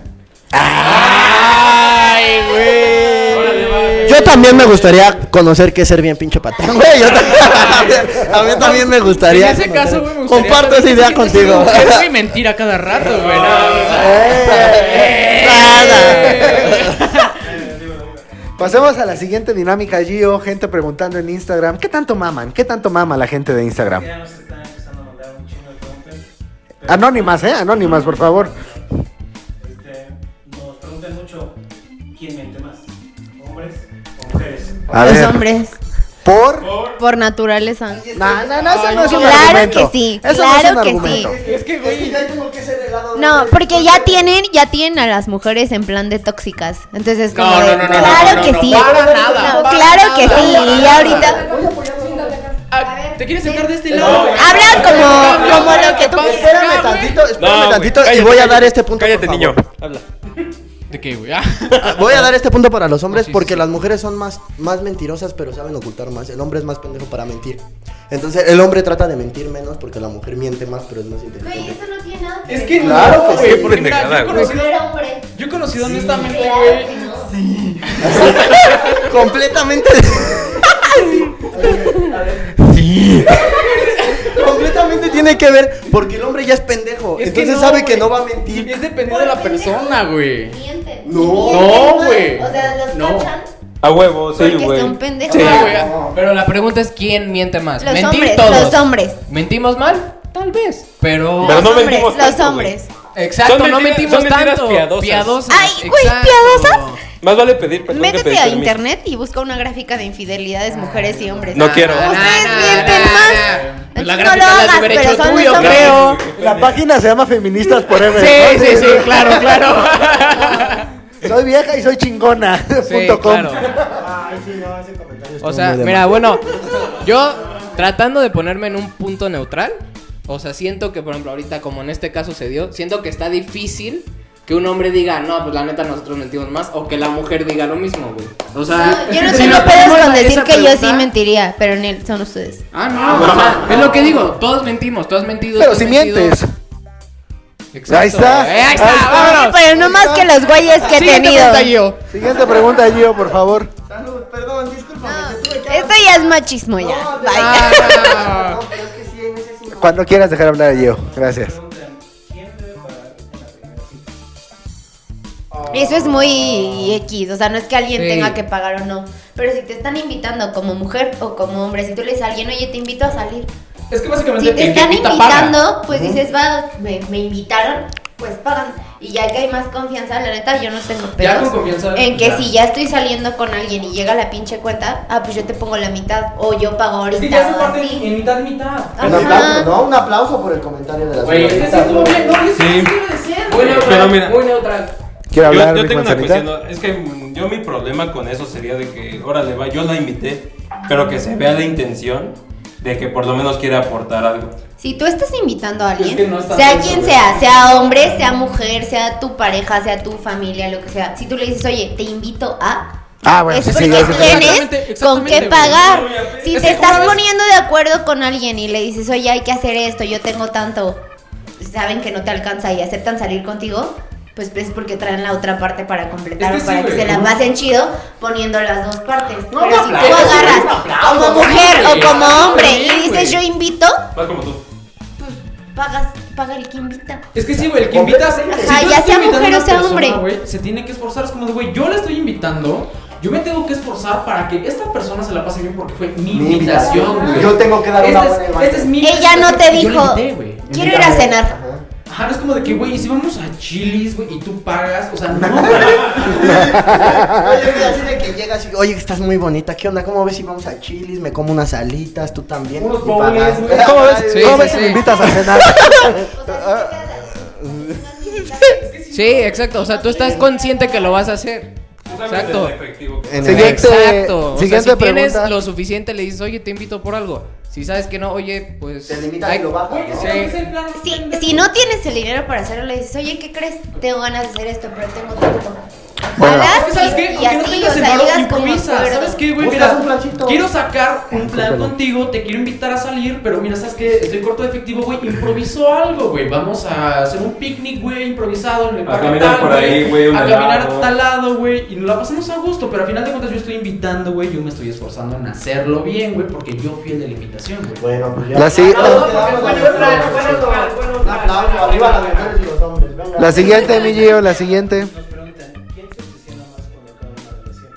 F: ¡Ay,
E: Eh,
F: güey!
B: Yo también me gustaría conocer qué es ser bien pinche patán, güey. Yo también, a mí también me gustaría.
F: En ese
B: conocer-
F: caso, güey, me gustaría
B: Comparto esa
F: saber
B: idea
F: qué sientes ser
B: contigo.
F: mujer, güey, mentir a cada rato,
G: Eh,
F: güey. no,
A: ¡Eh!
F: ¡Eh!
A: Pasemos a la siguiente dinámica, Gio. Gente preguntando en Instagram. ¿Qué tanto maman? ¿Qué tanto mama la gente de Instagram?
I: Ya nos están empezando a mandar un chingo de preguntas.
A: Anónimas, ¿eh? Anónimas, por favor.
I: Este, nos preguntan mucho quién miente más, hombres o mujeres. Oh,
A: A
E: Los
A: ver.
E: hombres,
A: Por.
I: Por
E: por naturaleza.
A: No, no, no, eso no es un
E: Claro
A: argumento.
E: que sí,
A: Eso no es
E: claro
A: un
E: que sí.
A: argumento.
B: Es que, güey, ya tengo que ser el lado.
E: No, porque ya tienen, ya tienen a las mujeres en plan de tóxicas. Entonces es como
F: No,
E: de,
F: no, no, no,
E: claro
F: no, no,
E: que
F: no,
E: sí.
F: para nada,
E: No,
F: para
E: claro que
F: nada.
E: sí. Y ya ahorita
F: Ah, ¿Te quieres sentar de este lado?
E: hablas como, como lo que tú quieras.
B: Espérame tantito, espérame
D: güey,
B: tantito y
D: cállate,
B: voy a dar
D: cállate.
B: este punto. por
D: Cállate,
B: favor.
D: niño. Habla.
F: ¿De qué, güey? Ah.
B: Voy a dar este punto para los hombres
F: Sí, sí,
B: porque
F: sí.
B: las mujeres son más, más mentirosas pero saben ocultar más. El hombre es más pendejo para mentir. Entonces el hombre trata de mentir menos porque la mujer miente más pero es más
H: Güey,
B: inteligente.
H: eso no tiene nada
G: Es que
B: Claro
G: no,
B: que sí,
G: güey,
D: qué
G: porque mira,
D: pendejada,
G: yo he
D: güey.
G: conocido-
H: hombre.
G: Yo he conocido honestamente,
H: Claro que
G: güey.
H: no.
B: Completamente. Completamente tiene que ver porque el hombre ya es pendejo.
G: Es que
B: entonces
G: no,
B: sabe que
G: güey.
B: no va a mentir.
G: Es dependiendo de la persona, güey.
H: Mienten.
B: No.
H: Mienten,
G: No, güey.
H: O sea, los
G: No.
H: cachan.
D: A huevo, sí,
E: Porque
D: güey.
E: son pendejos.
F: Sí, güey. Pero la pregunta es quién miente más.
E: Los
F: Mentir
E: hombres,
F: todos.
E: los hombres.
F: ¿Mentimos mal? Tal vez. Pero.
D: Pero
E: Los
D: no
E: hombres,
D: mentimos
E: los
D: tanto,
E: hombres.
F: Exacto,
D: Son
F: no
D: mentiras-
F: mentimos
D: son mentiras
F: tanto.
D: piadosas.
E: Ay, güey,
F: exacto.
E: ¿piadosas?
D: Más vale pedir perdón que
E: Métete
D: pedir
E: a
D: permiso.
E: internet y busca una gráfica de infidelidades, mujeres y hombres.
D: No quiero.
E: Ustedes
F: Na, na,
E: mienten
F: na,
E: más.
F: na.
E: Entonces
F: La
E: no lo
F: gráfica la has de
E: hagas,
F: haber
E: pero
F: hecho
E: son
F: tú,
E: los
F: yo
E: hombres.
F: creo.
A: La página se llama Feministas Forever.
F: Sí,
A: ¿no?
F: sí, sí, claro, claro.
A: Soy vieja y soy chingona.
F: Sí,
A: punto com.
F: claro.
I: Ay, sí, no, ese comentario.
F: O sea, mira, bueno, yo tratando de ponerme en un punto neutral, o sea, siento que, por ejemplo, ahorita como en este caso se dio, siento que está difícil que un hombre diga, no, pues la neta nosotros mentimos más, o que la mujer diga lo mismo, güey. O sea,
E: Yo no
F: si
E: tengo
F: nos
E: pedos
F: ponemos
E: con
F: a
E: decir
F: esa
E: que yo sí
F: pregunta-
E: mentiría, pero ni- son ustedes.
F: Ah, no, o sea, es lo que digo, todos mentimos, todos mentidos.
A: Pero si mientes.
F: Exacto.
A: Ahí está,
F: Eh, ahí está,
A: ahí está.
E: Oye,
F: vámonos.
E: pero no más que los güeyes que he
F: Siguiente
E: tenido.
F: pregunta, Gio.
A: Siguiente pregunta, Gio, por favor.
B: Salud, perdón, disculpa.
E: No, esto ya es machismo ya. Bye.
F: Ah, no.
B: pero es que sí, en ese sí no.
A: Cuando quieras dejar hablar a Gio. Gracias.
I: Preguntan, ¿quién debe pagar en la primera cita?
E: Eso es muy X, o sea, no es que alguien
F: Sí.
E: tenga que pagar o no. Pero si te están invitando como mujer o como hombre, si tú le dices a alguien, oye, te invito a salir.
G: Es que básicamente
E: Si te
G: el que
E: están
G: invita paga.
E: invitando, pues dices, va, me, me invitaron, pues pagan. Y ya que hay más confianza, la neta, yo no tengo
G: Ya con
E: pedos.
G: confianza.
E: En que
G: ya.
E: si ya estoy saliendo con alguien y llega la pinche cuenta, ah, pues yo te pongo la mitad o yo pago
G: Es
E: ahorita. Ah,
G: que ya se
E: o
G: parte
E: así.
G: en mitad, mitad.
B: Un
E: Ajá.
B: aplauso, ¿no? Un aplauso por el comentario de la
G: Güey,
B: señorita.
G: es que estuvo bien, no, es
D: Sí.
G: muy neutral.
D: Pero mira.
G: Muy neutral.
A: Quiero
D: Yo,
A: hablar,
D: yo
A: Rick
D: tengo una
A: Manzanita.
D: cuestión, ¿no? es que mm, yo mi problema con eso sería de que, órale, va, yo la invité, pero que se vea la intención de que por lo menos quiera aportar algo.
E: Si tú estás invitando a
G: Es que
E: alguien,
G: no está
E: sea
G: mal
E: quien
G: saber.
E: sea, sea hombre, sea mujer, sea tu pareja, sea tu familia, lo que sea, si tú le dices, oye, te invito a,
B: Ah, bueno,
E: es
B: sí,
E: porque
B: sí, ya sé.
E: tienes
G: Exactamente,
E: con
G: exactamente,
E: qué
G: güey.
E: pagar. Si
G: Es
E: te
G: que
E: estás
G: una vez-
E: poniendo de acuerdo con alguien y le dices, oye, hay que hacer esto, yo tengo tanto, saben que no te alcanza y aceptan salir contigo, pues es porque traen la otra parte para completar,
G: Es que
E: o para
G: sí,
E: que
G: güey.
E: se la pasen chido poniendo las dos partes.
G: No,
E: Pero
G: un
E: si tú
G: aplauso,
E: agarras
G: un aplauso,
E: como
G: sí,
E: mujer
G: güey.
E: o como hombre
G: Bien,
E: y dices, yo
G: güey.
E: invito,
D: Más Pues como tú.
E: pagas, paga el que invita.
G: Es que sí, güey, el que invitas. eh,
E: Ajá,
G: yo
E: ya
G: estoy
E: sea
G: invitando
E: mujer
G: a
E: o
G: una
E: sea
G: persona,
E: hombre.
G: güey, se tiene que esforzar. Es como de, güey, yo la estoy invitando. Yo me tengo que esforzar para que esta persona se la pase bien porque fue mi,
B: Mi
G: invitación, güey.
B: Yo tengo que dar una
G: Esta
B: buena
G: es-
B: imagen.
G: esta es mi
E: Ella
G: invitación
E: no te
G: porque yo la
E: dijo.
G: invité, güey.
E: Quiero ir a cenar.
G: Ajá, no es como de que, güey, y si vamos a Chili's, güey, y tú pagas. O sea, no, güey.
B: Oye, güey, así de que llegas y, oye, estás muy bonita, ¿qué onda? ¿Cómo ves si vamos a Chilis? Me como unas alitas, tú también.
G: Unos
B: y
G: bowls,
B: pagas.
G: güey.
B: ¿Cómo ves?
F: Sí,
B: ¿Cómo
F: sí,
B: ves si
F: sí.
B: me invitas a cenar?
F: Sí, exacto. O sea, tú estás consciente que lo vas a hacer. Exacto.
B: En
F: Exacto.
B: Siguiente-
F: O sea,
B: siguiente
F: si tienes
B: pregunta.
F: lo suficiente, le dices, oye, te invito por algo. Si sabes que no, oye, pues.
B: Te limitas
F: ay,
B: y lo bajas,
F: güey,
B: ¿no?
F: sí.
G: Es el plan
E: Si, si no tienes el dinero para hacerlo, le dices, oye, ¿qué crees? Tengo ganas de hacer esto, pero tengo tiempo.
B: Bueno.
E: Pagas
G: Es que, ¿Sabes qué?
E: y- y
G: Aunque no
E: Ah, así, o
G: tengas el
E: sea,
G: valor,
E: llegas como
G: improvisa.
E: acuerdo.
G: ¿Sabes qué, güey?
B: Buscas
G: Mira,
B: un plancito.
G: quiero sacar un plan
B: Cúmpelo.
G: contigo, te quiero invitar a salir, pero mira, ¿sabes qué? Estoy corto de efectivo, güey. Improviso algo, güey. Vamos a hacer un picnic, güey, improvisado en el
C: A
G: parque
C: caminar
G: tal,
C: por ahí, güey, un
G: A caminar
C: helado.
G: a tal lado, güey. Y nos la pasamos a gusto, pero al final de cuentas yo estoy invitando, güey. Yo me estoy esforzando en hacerlo bien, güey, porque yo fui el de la invitación, güey.
B: Bueno, pues ya.
A: La si-
B: Aplausos,
A: la-
B: quedamos
I: Bueno,
B: nosotros.
I: bueno, bueno, bueno,
B: Un aplauso, arriba las mujeres y los hombres. venga.
A: La siguiente, mi Gio, la siguiente.
I: Nos preguntan, ¿quién se obsesiona más cuando acaba una relación?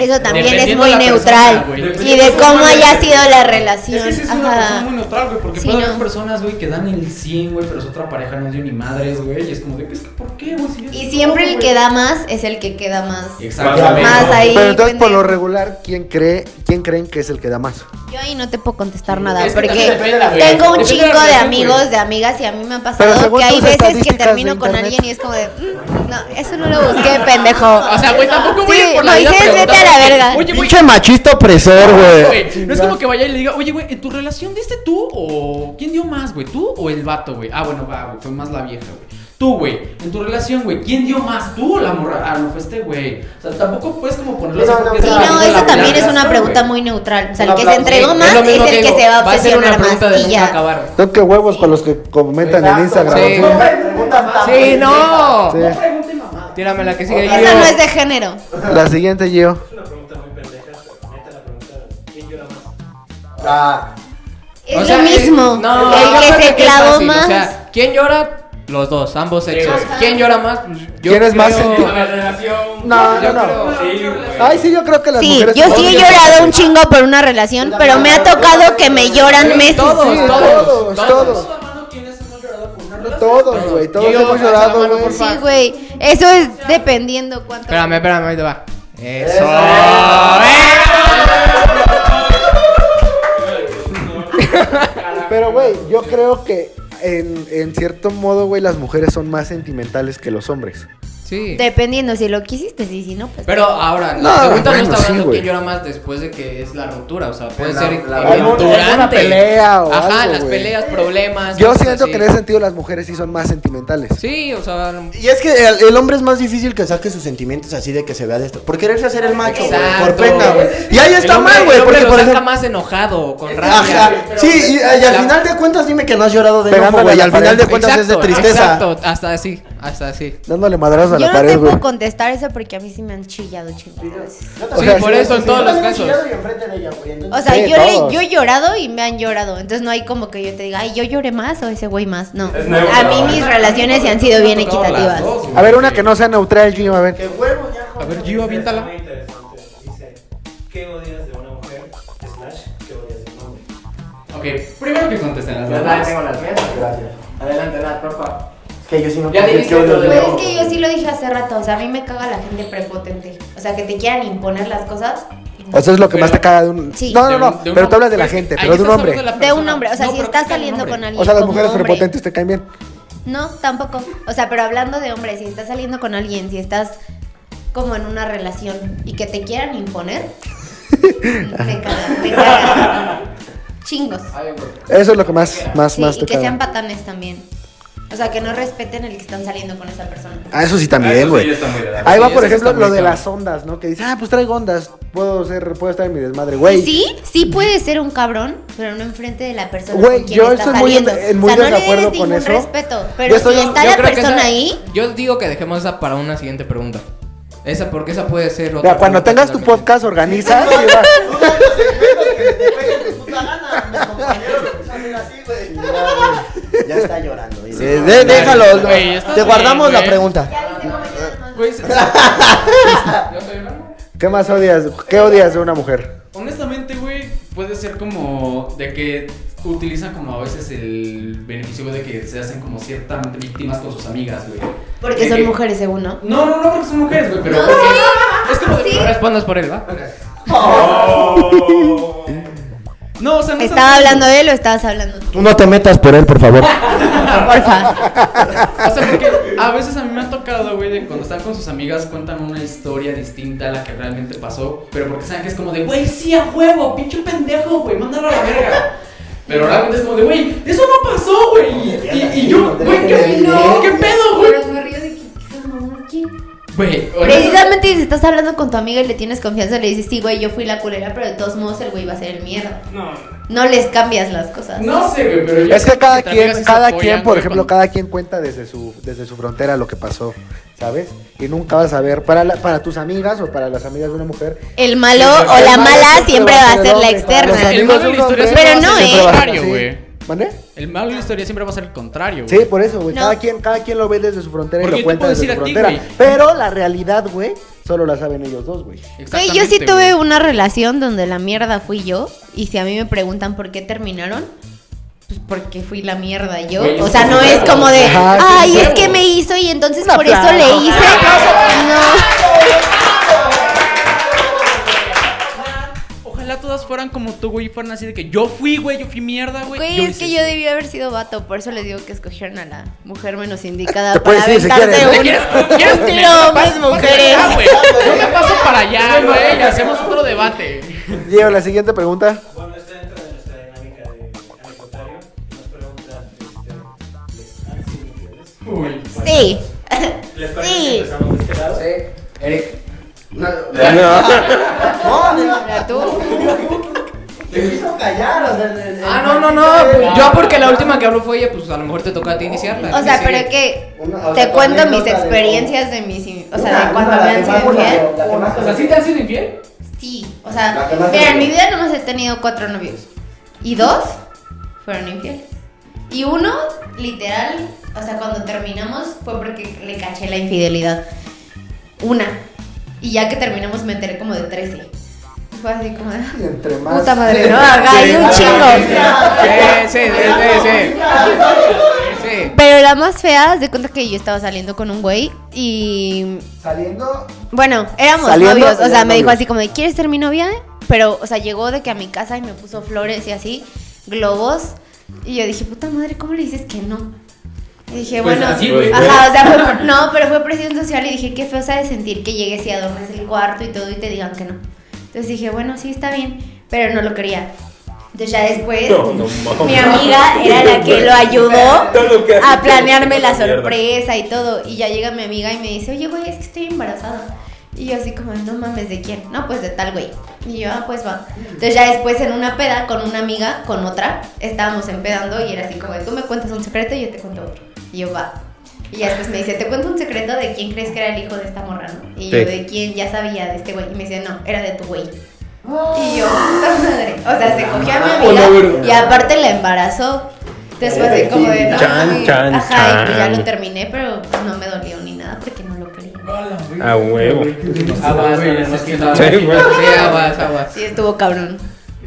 E: Eso también es
G: Dependiendo
E: muy
G: la persona,
E: neutral.
G: güey.
E: y de cómo haya sido la relación.
G: Es que sí es una
E: Ajá.
G: persona muy neutral, güey, porque
E: Sí,
G: puede haber
E: no.
G: personas, güey, que dan el 100, güey, pero su otra pareja no dio ni madres, güey, y es como de, es que, ¿por qué, güey? Si yo
E: Y
G: soy
E: siempre
G: todo,
E: el
G: güey?
E: que da más es el que queda más.
G: Exactamente.
E: Más ahí.
A: Pero entonces, por lo
E: pendejo.
A: regular, ¿quién cree, quién creen que es el que da más?
E: Yo ahí no te puedo contestar nada
G: Es que también
E: porque
G: depende de la-
E: tengo un
G: depende la
E: chingo de
G: relación,
E: amigos,
G: güey.
E: de amigas y a mí me ha
A: Pero
E: pasado
A: según
E: que hay
A: tus
E: veces que
A: estadísticas
E: termino
A: de
E: con
A: internet.
E: alguien y es como de, "Mm, no, eso no lo busqué, pendejo.
F: O sea, güey, tampoco voy a ir
E: Sí,
F: por la vida
E: Moisés, vete a la
F: preguntando,
E: verga.
F: Oye, güey,
B: Pinche machista opresor, güey.
G: Güey, No es como que vaya y le diga, oye, güey, ¿en tu relación diste tú o quién dio más, güey? ¿Tú o el vato, güey? Ah, bueno, va, güey, fue más la vieja, güey. Tú, güey, en tu relación, güey, ¿quién dio más? ¿Tú o la morra? Ah, no fue este, güey. O sea, tampoco puedes como ponerlo
B: Sí,
G: así
B: no,
G: porque
B: no,
G: es
E: Sí,
B: Ah,
G: la-
E: no,
B: la
E: eso
G: la-
E: también
G: la
E: es una
G: relación,
E: pregunta
G: güey.
E: muy neutral. O sea, el que se
B: aplauso.
E: entregó
G: Sí,
E: más
F: es lo
E: es
F: mismo
E: el
F: que
E: que
F: digo,
E: se va a
F: va a ser una
E: obsesionar
F: pregunta
E: más.
F: de
E: Y
F: nunca
E: ya.
F: acabar.
A: No, que huevos con los que comentan en Instagram.
F: sí.
A: ¿sí?
B: Ah, pues,
F: Sí, no.
A: Sí.
F: Tírame la que sigue.
E: Eso no es de género.
A: La siguiente, Gio.
I: Es una pregunta muy pendeja, pero neta la pregunta, ¿quién llora más?
B: Ah,
E: Es lo mismo.
F: No, yo
E: el
F: creo
E: que se
F: es
E: clavó
F: fácil,
E: más.
F: O sea, ¿quién llora? Los dos, ambos sexos.
E: Ajá.
F: ¿Quién llora más? Pues, yo
A: ¿Quién es más
F: creo-
A: sentido?
G: La relación.
A: No, no,
F: Yo
A: no.
F: creo-
G: Sí,
A: Ay, sí, yo creo que las
E: sí,
A: mujeres.
E: yo sí he
A: odian-
E: llorado un chingo por una relación, pero me ha tocado que me lloran meses.
F: Todos,
A: Sí,
F: todos,
A: todos,
F: todos.
A: todos.
G: ¿Quiénes hemos llorado por una relación?
A: Todos, güey, todos
F: Gio,
A: hemos
F: alza la
A: llorado,
F: mano,
A: güey.
F: por
E: Pues Sí, güey. Eso es dependiendo cuánto.
F: Espérame, espérame, ahí te va. Eso.
B: Eso.
A: Pero, güey, yo creo que en, en cierto modo, güey, las mujeres son más sentimentales que los hombres.
F: Sí.
E: Dependiendo si lo quisiste, sí, si no, pues.
F: Pero ahora,
A: No,
F: la
A: bueno,
F: pregunta no
A: sí,
F: está hablando
A: güey.
F: quién llora más después de que es la ruptura. O sea, puede
B: En la-
F: ser
B: la-
F: eh,
B: Algún-
F: durante.
A: alguna pelea o
F: Ajá,
A: algo,
F: las
A: güey.
F: peleas, problemas.
A: Yo
F: cosas
A: siento
F: así.
A: que en ese sentido las mujeres sí son más sentimentales.
F: Sí, o sea.
B: Y es que el, el hombre es más difícil que saque sus sentimientos así de que se vea de esto. Por quererse hacer el macho, güey, por
F: Exacto.
B: pena, güey. Y ahí
F: el
B: está
F: hombre-
B: mal, güey.
F: El
B: Porque,
F: hombre lo
B: por
F: saca
B: ejemplo.
F: más enojado, con rabia.
B: Ajá. Sí, y, y al final de cuentas, dime que no has llorado de enojo,
A: Pegándole
B: güey.
A: a la
B: Al final
A: pared.
B: de cuentas es de tristeza.
F: Exacto, hasta así, hasta así.
A: Dándole madrazos a
E: Yo
A: la
E: no te
A: pared, güey.
E: puedo contestar eso porque a mí sí me han chillado chingados veces.
F: Sí,
A: sea,
F: por
A: sí,
F: eso en todos los casos.
E: O sea,
A: Sí,
E: yo, le,
A: todos.
E: yo he llorado y me han llorado. Entonces no hay como que yo te diga, ay, yo lloré más o ese güey más. No.
C: Es neutro.
E: A mí mis relaciones se han sido bien equitativas.
A: A ver, una que no sea neutral, Gio, a ver.
F: A ver, Gio,
I: Está
F: aviéntala.
I: muy interesante. Dice, ¿qué odias de una mujer? Slash, ¿qué odias de un hombre?
G: Ok, primero que contesten las
F: ¿Verdad?
G: damas.
F: las mías. Adelante, Nat, porfa.
B: Es que yo sí no
F: Ya
B: puedo
F: dijiste
B: decir que
F: lo de-
E: Pues
B: odio.
E: es que yo sí lo dije hace rato. O sea, a mí me caga la gente prepotente. O sea, que te quieran imponer las cosas.
A: Eso es lo que
G: Pero-
A: más te caga de un.
E: Sí.
A: No, no,
F: De un-
A: no.
F: de un pues,
A: Pero tú hablas de la
F: hombre.
A: gente,
F: Ahí
A: pero de un
F: estás hablando
A: hombre.
F: la
E: De un
F: persona.
E: hombre. O sea,
F: No,
E: si
F: pero
E: estás
F: ¿qué tal
E: saliendo
F: hombre?
E: con alguien.
A: O sea, las
E: como
A: mujeres
E: hombre-
A: prepotentes te caen bien.
E: No, tampoco. O sea, pero hablando de hombres, si estás saliendo con alguien, si estás como en una relación y que te quieran imponer, me caga, me caga. chingos.
F: Ay, güey.
A: Eso es lo que más, más,
E: Sí,
A: más
E: y
A: te
E: que sean
A: caga.
E: patanes también. O sea, que no respeten el que están saliendo con esa persona.
A: Ah, eso sí
D: Ah, eso
A: también,
D: sí,
A: güey.
D: ya está muy de la-
A: Ahí va,
F: Sí,
A: por
F: eso
A: ejemplo,
F: está muy
A: lo de
F: cabrón.
A: las ondas, ¿no? Que dice, ah, pues traigo ondas, puedo ser, puedo estar en mi desmadre, güey.
E: Sí, sí puede ser un cabrón, pero no enfrente de la persona.
A: Güey,
E: con quien
A: yo
E: está
A: estoy muy en-
E: saliendo.
A: en- muy
E: o sea, no
A: desacuerdo
E: le
A: con
E: des ningún
A: eso.
E: respeto.
A: Yo
E: Pero
A: estoy-
E: si está
F: Yo
E: la
F: creo que
E: persona
F: esa-
E: ahí,
F: Yo digo que dejemos esa para una siguiente pregunta. Esa porque esa puede ser otra.
A: Mira, cuando
F: pregunta
A: tengas tu
F: totalmente.
A: podcast, organiza. y va.
B: Ya está llorando.
A: Sí, de- déjalo.
F: Ay,
A: no.
F: güey, está
B: Te
F: bien,
B: guardamos la
F: güey.
B: pregunta.
H: Ya viste cómo yo nomás-
F: Güey, se- ¿Ya estoy hablando?
A: ¿Qué más odias? ¿Qué odias de una mujer?
G: Honestamente, güey, puede ser como de que utilizan como a veces el beneficio güey, de que se hacen como ciertamente víctimas con sus amigas, güey.
E: porque
G: De
E: son
G: que-
E: mujeres, según no.
G: No, no, no, porque son mujeres, güey, pero...
E: No.
G: porque- Es como de...
E: Sí.
F: No respondas por él, ¿va?
G: No, o sea, no...
E: ¿Estaba hablando de él o estabas hablando tú?
B: Tú no te metas por él, por favor.
E: Porfa.
G: O sea, porque a veces a mí me ha tocado, güey, de cuando están con sus amigas cuentan una historia distinta a la que realmente pasó, pero porque saben que es como de, güey, sí, a huevo, pinche pendejo, güey, mándalo a la verga. Pero realmente es como de, güey, eso no pasó, güey. Y, y- y yo, güey, ¿qué,
H: No.
G: qué pedo, güey?
H: Pero me río de que ¿qué estás mamón aquí.
G: Güey, o sea,
E: Precisamente si estás hablando con tu amiga y le tienes confianza, le dices, sí, güey, yo fui la culera, pero de todos modos el güey va a ser el miedo.
I: No,
E: No les cambias las cosas.
G: No sé, güey, pero yo
A: Es que cada
G: también
A: quien,
G: así se
A: cada
G: apoyan,
A: quien, por
G: güey,
A: ejemplo,
G: cuando-
A: cada quien cuenta desde su, desde su frontera lo que pasó, ¿sabes? Y nunca vas a ver, para, la- para tus amigas o para las amigas de una mujer,
E: El malo
A: Sí,
E: o la
A: el malo
E: mala siempre va a ser la
A: Los
E: externa.
G: El
A: amigos
G: malo de la
A: son
G: historia
A: hombres,
E: siempre Pero va a ser no,
A: siempre
E: ¿eh?
A: va a ser
G: contrario,
A: así.
G: güey.
A: ¿Mande?
G: El malo de la historia siempre va a ser el contrario,
A: Sí,
G: güey.
A: por eso, güey.
E: No.
A: Cada, quien, cada quien lo ve desde su frontera y
G: Porque
A: lo
G: yo te
A: cuenta
G: puedo
A: desde su
G: decir a ti,
A: frontera.
G: güey.
A: Pero la realidad, güey, solo la saben ellos dos, güey.
E: Güey, yo sí
G: Exactamente,
E: tuve
G: güey.
E: una relación donde la mierda fui yo. Y si a mí me preguntan por qué terminaron, pues porque fui la mierda yo.
G: Güey,
E: o
G: es
E: sea,
G: un
E: no es
G: huevo.
E: como de,
A: Ajá, es
E: ay,
A: un
E: es
G: huevo".
E: que me hizo y entonces
A: Un
E: por eso
A: aplauso.
E: le hice. No.
G: Ojalá todas fueran como tú, güey, y fueran así de que yo fui, güey, yo fui mierda, güey.
E: Güey, es
G: hice
E: que yo
G: esto.
E: debí haber sido vato. Por eso les digo que escogieron a la mujer menos indicada.
A: Te puedes
E: para
A: ir si
E: aventarse
A: quieres, ¿no?
E: un- un tiro, hombres, mujeres.
G: Ah, güey, Yo me paso para allá, güey, y hacemos otro debate.
A: Diego, la siguiente pregunta.
I: bueno, está dentro de nuestra dinámica de anecdotario. Nos preguntan, este, ¿les han sido infieles?
G: Uy.
E: Sí.
I: ¿Les parece
E: Sí.
I: que empezamos de este lado?
F: Eric.
E: Ahora tú.
F: Ah, no, no, no. pues Yo porque la última que habló fue ella, pues a lo mejor te toca a ti iniciarla.
E: O sea,
F: Sí.
E: pero que
B: Una- o sea,
E: te
B: tu
E: cuento mis
B: anécdota de-
E: experiencias de mis. O sea, de cuando me han sido infiel.
G: O sea, ¿sí te han sido infiel?
E: Sí, o sea,
B: La que más
E: mira, en
B: te-
E: mi vida nomás he tenido cuatro novios. Y dos fueron infieles. Y uno, literal, o sea, cuando terminamos fue porque le caché la infidelidad. Una. Y ya que terminamos me enteré como de 13. Y Fue así como de...
A: Entre más.
E: Puta madre, no, acá hay un chingo.
F: Sí, sí, sí, sí, sí. Sí.
E: Pero la más fea, haz de cuenta que yo estaba saliendo con un güey y
A: Saliendo.
E: Bueno, éramos
A: Saliendo,
E: novios, o sea,
A: eran
E: me dijo
A: novios.
E: así como de, ¿quieres ser mi novia? Pero, o sea, llegó de que a mi casa y me puso flores y así, globos, y yo dije, puta madre, ¿cómo le dices que no? Y dije,
G: Pues
E: bueno,
G: así, güey.
E: ajá, o sea, fue por- no, pero fue presión social y dije, qué feo se ha de sentir que llegues y adornes el cuarto y todo y te digan que no. Entonces dije, bueno, sí, está bien, pero no lo quería. Entonces ya después, mi amiga era la que lo ayudó a planearme la sorpresa y todo. Y ya llega mi amiga y me dice, oye, güey, es que estoy embarazada. Y yo así como, no mames, ¿de quién? No, pues de tal güey. Y yo, ah, pues va. Entonces ya después en una peda con una amiga, con otra, estábamos empedando y era así como, tú me cuentas un secreto y yo te cuento otro. Y yo, va. Y ya después me dice, te cuento un secreto de quién crees que era el hijo de esta morra, ¿no? Y yo,
D: Sí.
E: de quién ya sabía de este güey. Y me dice, no, era de tu güey. Y yo, puta madre. O sea, se cogió a
D: Oh,
E: mi amiga y aparte la embarazó. Después de como de.
D: Eh,
E: no,
D: Chan,
E: sí.
D: chan,
E: Ajá, y pues ya
D: chan.
E: lo terminé, pero pues, no me dolió ni nada porque no lo quería.
D: A huevo.
I: Ah,
F: Aguas,
G: güey,
F: aguas,
G: no
F: es que-
G: quiero-
D: Sí, güey.
F: Sí, aguas, aguas.
E: Sí, estuvo cabrón.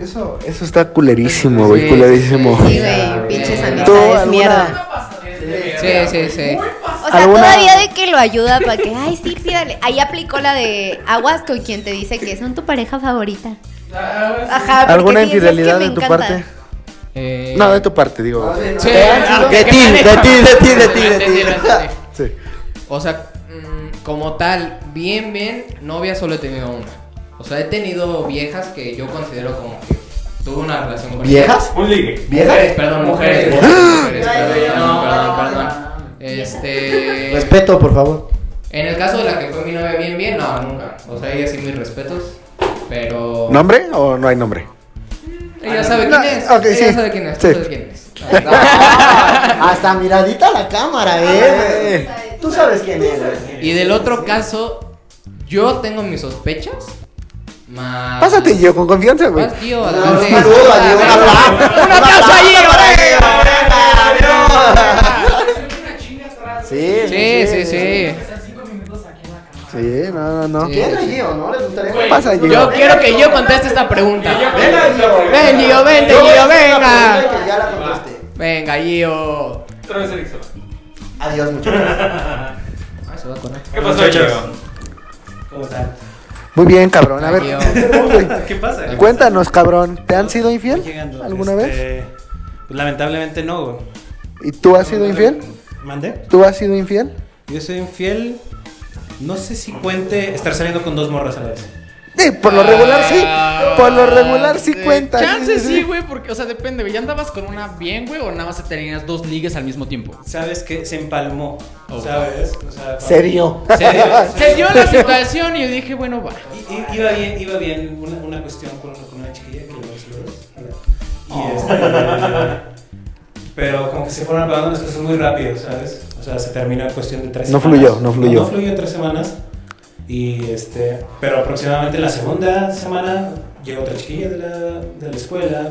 A: Eso, eso está culerísimo,
F: Sí,
A: güey. Culerísimo.
E: Sí,
F: Ah,
E: güey, pinches
F: bien.
A: ¿Tú
E: amistades,
A: alguna-
E: mierda.
F: Sí, sí, sí.
E: O sea,
A: alguna-
E: todavía de que lo ayuda para que, ay, sí, pídale. Ahí aplicó la de aguas con quien te dice que son tu pareja favorita. Ajá, porque
A: ¿Alguna
E: sí, es que
A: infidelidad de
E: me
A: tu
E: encanta.
A: parte?
F: Eh,
A: No, de tu parte, digo.
F: sí,
B: De
F: ah, que
B: ti,
F: me han
B: de
F: hecho.
B: ti, de ti, de ti, de
F: Lo entendí,
B: ti.
F: lo entendí.
A: Sí.
F: O sea, mm, como tal, bien, bien, novia solo he tenido una. O sea, he tenido viejas que yo considero como que Tuve una relación con
B: ¿Viejas?
I: Un ligue.
F: Mujeres,
B: ¿Viejas?
F: perdón, mujeres.
G: Mujeres.
F: mujeres,
A: Ah.
F: perdón,
G: no,
F: perdón,
G: no,
F: perdón.
G: no.
F: Este.
B: Respeto, por favor.
F: En el caso de la que fue mi novia bien, bien, no, nunca. O sea, ella sí, mis respetos. Pero.
A: ¿Nombre o no hay nombre?
F: Ella sabe
A: No,
F: quién es.
A: ok,
F: ella
A: sí.
F: sabe quién es. tú
A: Sí.
F: sabes quién es. Ah, no.
B: Hasta miradita a la cámara, eh. Tú sabes quién es. güey.
F: Y del otro caso, yo tengo mis sospechas. Más.
A: Pásate yo, con confianza, güey.
F: Más tío,
B: No,
F: adelante.
B: sin duda, Diego, un aplauso.
A: ¡Un aplauso
B: Un
A: ahí,
B: para
A: hombre!
B: Diego,
A: Sí,
F: Sí, sí, sí.
A: Sí, no, no, no.
F: Sí.
B: ¿Quién allí o no? ¿Les gustaría?
A: Pasa, Gio.
F: Yo quiero que yo conteste esta pregunta.
B: Ven, Gio.
F: Ven, Gio, ven,
B: Yo voy a
F: Gio,
B: hacer una
F: venga.
B: pregunta que ya la contesté.
F: Venga, Gio.
I: Otra vez Erickson.
B: Adiós, muchachos.
F: Ay, se va a correr.
I: ¿Qué pasó, Gio? ¿Cómo están?
A: Muy bien, cabrón. A ver,
F: Ay,
I: ¿Qué pasa?
A: cuéntanos, cabrón. ¿Te han sido infiel
I: Llegando,
A: alguna vez?
I: este, Pues lamentablemente no, güey.
A: ¿Y tú has sido infiel?
I: ¿Mandé?
A: ¿Tú has sido infiel?
I: Yo soy infiel. No sé si cuente estar saliendo con dos morras a la vez.
A: Sí, por lo regular sí. Por lo regular sí
G: Eh,
A: cuenta.
G: Ah, Chance sí, güey, porque, o sea, depende, güey. ¿Ya andabas con una bien, güey, o nada más tenías dos ligues al mismo tiempo?
I: ¿Sabes qué? Se empalmó.
G: Oh.
I: ¿Sabes? O sea,
A: Serio.
I: Serio.
G: Se dio la situación y yo dije, bueno, va.
I: I- i- Iba bien, iba bien una, una cuestión con, con una chiquilla que los saludos. Y
G: Oh.
I: este, pero como que se fueron apagando las cosas muy rápido, ¿sabes? O sea, se terminó en cuestión de tres
A: No
I: semanas.
A: fluyó, no fluyó.
I: No, fluyó en tres semanas. Y este, pero aproximadamente la segunda semana llegó otra chiquilla de la, de la escuela.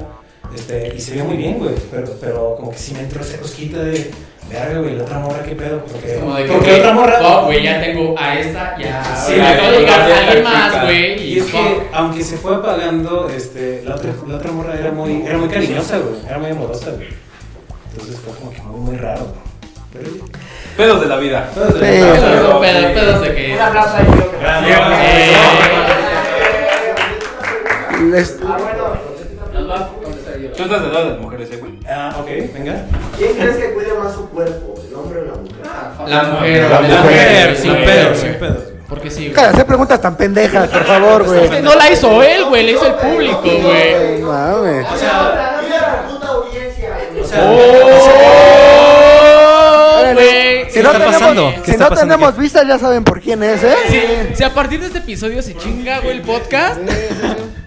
I: Este, y se vio muy bien, güey. Pero, pero como que sí me entró esa cosquita de, verga, güey, la otra morra, qué pedo. Porque,
G: Como de que,
I: porque
G: güey,
I: otra morra.
G: oh, güey, ya tengo a esta y a.
I: Sí,
G: Sí, acabo de
I: güey,
G: llegar
I: ya
G: a alguien
I: la
G: más,
I: chica.
G: güey.
I: Y es que, aunque se fue apagando, este, la, otra, la otra morra era muy, era muy cariñosa, güey. Era muy amorosa, güey. Entonces fue como que muy, muy raro, güey. Pero,
C: Pedos de la vida.
I: todos
A: Sí.
I: todos
G: Pedos, pedos, pedos de que.
H: aplauso yo.
I: Gracias.
A: Les-
G: Nos va a contestar yo.
C: Tú estás de lado de las mujeres, eh, güey.
I: Ah, ok, venga.
B: ¿Quién crees que cuida más su cuerpo, el hombre o la mujer?
G: La mujer,
A: La
G: güey,
A: mujer,
G: güey,
I: sin
G: güey, güey.
I: pedos, sin pedos, güey.
G: Porque sí, güey.
A: Deja de hacer preguntas tan pendejas, por favor, güey.
G: Es que No la hizo él, güey, la hizo el público, güey.
A: No Mames.
I: O sea,
B: Dile a la puta audiencia.
I: o sea,
G: ¡Oh, güey!
A: Si no
I: está
A: tenemos,
I: pasando?
A: si no
I: ¿Qué está pasando
A: tenemos
I: aquí?
A: vistas, ya saben por quién es, ¿eh?
G: Si, si a partir de este episodio se chinga, güey, el podcast.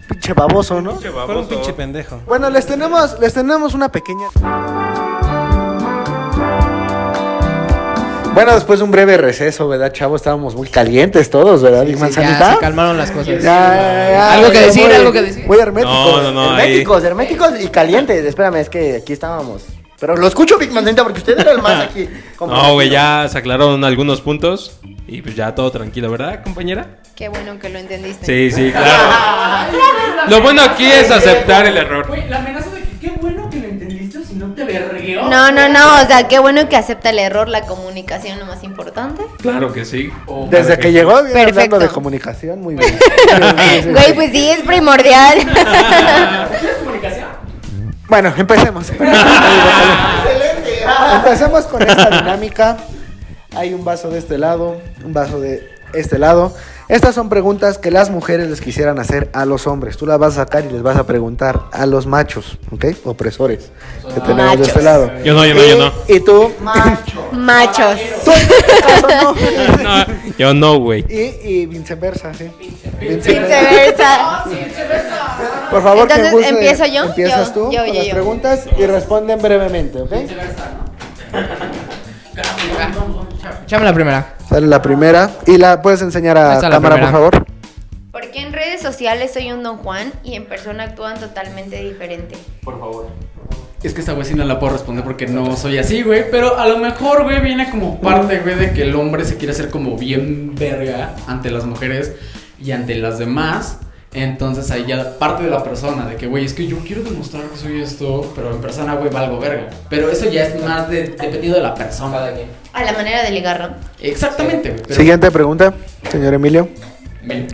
A: Pinche baboso, ¿no?
I: fue un pinche pendejo.
A: Bueno, les tenemos, les tenemos una pequeña. Bueno, después de un breve receso, ¿verdad, chavo? Estábamos muy calientes todos, ¿verdad? ¿Y
F: Sí,
A: manzanita?
F: ya se calmaron las
A: Ya,
F: cosas.
A: ya, ya,
F: Algo que
A: muy-
F: decir, algo que decir.
A: Muy herméticos.
D: No, no, no, ahí.
B: herméticos, herméticos y calientes. Espérame, es que aquí estábamos. Pero lo escucho, Big Mandenta, porque usted era el más aquí.
D: No, güey, ya se aclararon algunos puntos y pues ya todo tranquilo, ¿verdad, compañera?
E: Qué bueno que lo entendiste.
D: Sí, sí, claro. Lo bueno aquí es aceptar el error.
G: Güey, la amenaza de que qué bueno que lo entendiste, si no te vergueo.
E: No, no, no, o sea, qué bueno que acepta el error, la comunicación lo más importante.
D: Claro que sí.
A: Desde que llegó, viene hablando
E: Perfecto.
A: de comunicación, muy bien. Ah,
E: Güey, pues sí, es primordial.
A: Bueno, empecemos.
B: Excelente.
A: Empecemos con esta dinámica. Hay un vaso de este lado, un vaso de este lado. Estas son preguntas que las mujeres les quisieran hacer a los hombres. Tú las vas a sacar y les vas a preguntar a los machos, ¿ok? Opresores que tenemos de este
E: Machos.
A: lado.
D: Yo no, yo no, yo no.
A: Y tú,
B: Macho.
E: Machos.
A: tú en este caso no.
D: No, yo no, güey.
A: Y, y viceversa, sí.
E: Viceversa.
A: Por favor,
E: Entonces,
A: quien guste,
E: ¿empiezo yo?
A: Empiezas
E: Yo,
A: tú
E: yo,
A: con
E: yo,
A: las
E: yo.
A: preguntas y responden brevemente, ¿ok?
F: Échame la primera.
A: Sale la primera. Y la puedes enseñar
F: Ahí
A: a
F: está la
A: cámara, por
F: primera.
A: favor.
E: Porque en redes sociales soy un Don Juan y en persona actúan totalmente diferente.
G: Es que esta güey sí no la puedo responder porque no soy así, güey. Pero a lo mejor, güey, viene como parte, güey, de que el hombre se quiere hacer como bien verga ante las mujeres y ante las demás. Entonces ahí ya parte de la persona, de que, güey, es que yo quiero demostrar que soy esto, pero en persona, güey, valgo verga. Pero eso ya es más de, dependido de la persona.
E: A la manera de ligarlo.
G: Exactamente, güey. pero-
A: Siguiente pregunta, señor Emilio.
G: Ven.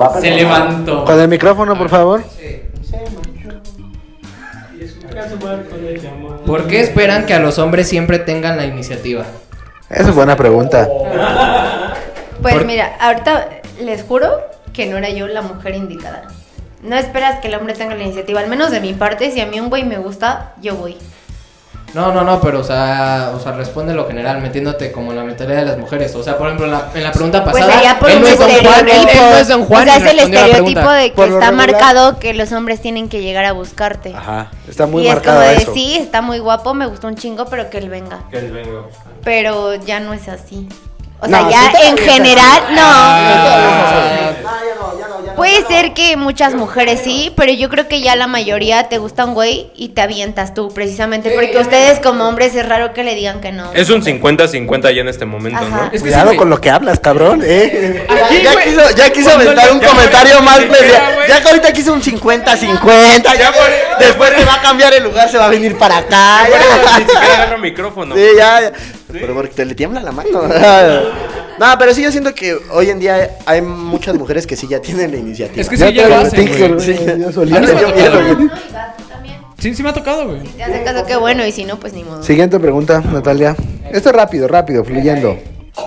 B: Va a
G: Se levantó.
A: Con el micrófono, por favor.
F: ¿Por qué esperan que a los hombres siempre tengan la iniciativa?
A: Esa es buena pregunta.
E: Pues
F: Por-
E: mira, ahorita les juro que no era yo la mujer indicada. No esperas que el hombre tenga la iniciativa, al menos de mi parte, si a mí un güey me gusta, yo voy.
F: No, no, no, pero o sea, o sea, responde lo general, metiéndote como en la mentalidad de las mujeres. O sea, por ejemplo, en la, en la pregunta
E: Pues
F: pasada.
E: sería por
F: él
E: un
F: no es Don
E: estereotipo.
F: Juan, él- él no es Don Juan
E: o sea,
F: y
E: es el
F: respondió a la
E: estereotipo
F: pregunta.
E: de que
A: Por lo
E: está
A: regular-
E: marcado que los hombres tienen que llegar a buscarte.
A: Ajá, está muy
E: y es como
A: marcado
E: de,
A: eso.
E: sí, está muy guapo, me gustó un chingo, pero que él venga.
D: Que él venga.
E: Pero ya no es así. O
A: No,
E: sea,
A: sí
E: ya
A: te
E: en
A: avientas.
E: general, no.
F: Ah,
E: Puede ser que muchas mujeres sí, pero yo creo que ya la mayoría te gusta un güey y te avientas tú, precisamente. Porque ustedes como hombres es raro que le digan que no.
D: Es un 50-50 ya en este momento,
E: Ajá.
D: ¿no?
G: Es que sí,
A: Cuidado
G: güey.
A: con lo que hablas, cabrón, eh.
G: Aquí,
B: Ah, ya,
G: güey.
B: quiso, ya quiso aventar un comentario más media. Ya que ahorita quiso un 50-50. Ya por- después se va a cambiar el lugar, se va a venir para acá. ya.
D: Ni siquiera agarra micrófono.
B: Sí, ya, ya. Pero porque te le tiembla la mano. No, pero sí yo siento que hoy en día hay muchas mujeres que sí ya tienen la iniciativa.
G: Es que
A: Ya
G: sí, ya
A: te
G: lo
A: lo
G: hacen,
A: dije,
G: güey.
A: güey, yo solito.
G: A mí me
B: Ya
G: ha
B: dio
G: tocado.
B: miedo, güey.
G: Sí, sí me ha tocado, güey.
E: Si te hacen caso, qué bueno, y si no, pues ni modo.
A: Siguiente pregunta, Natalia. Esto es rápido, rápido, fluyendo.
B: Ah,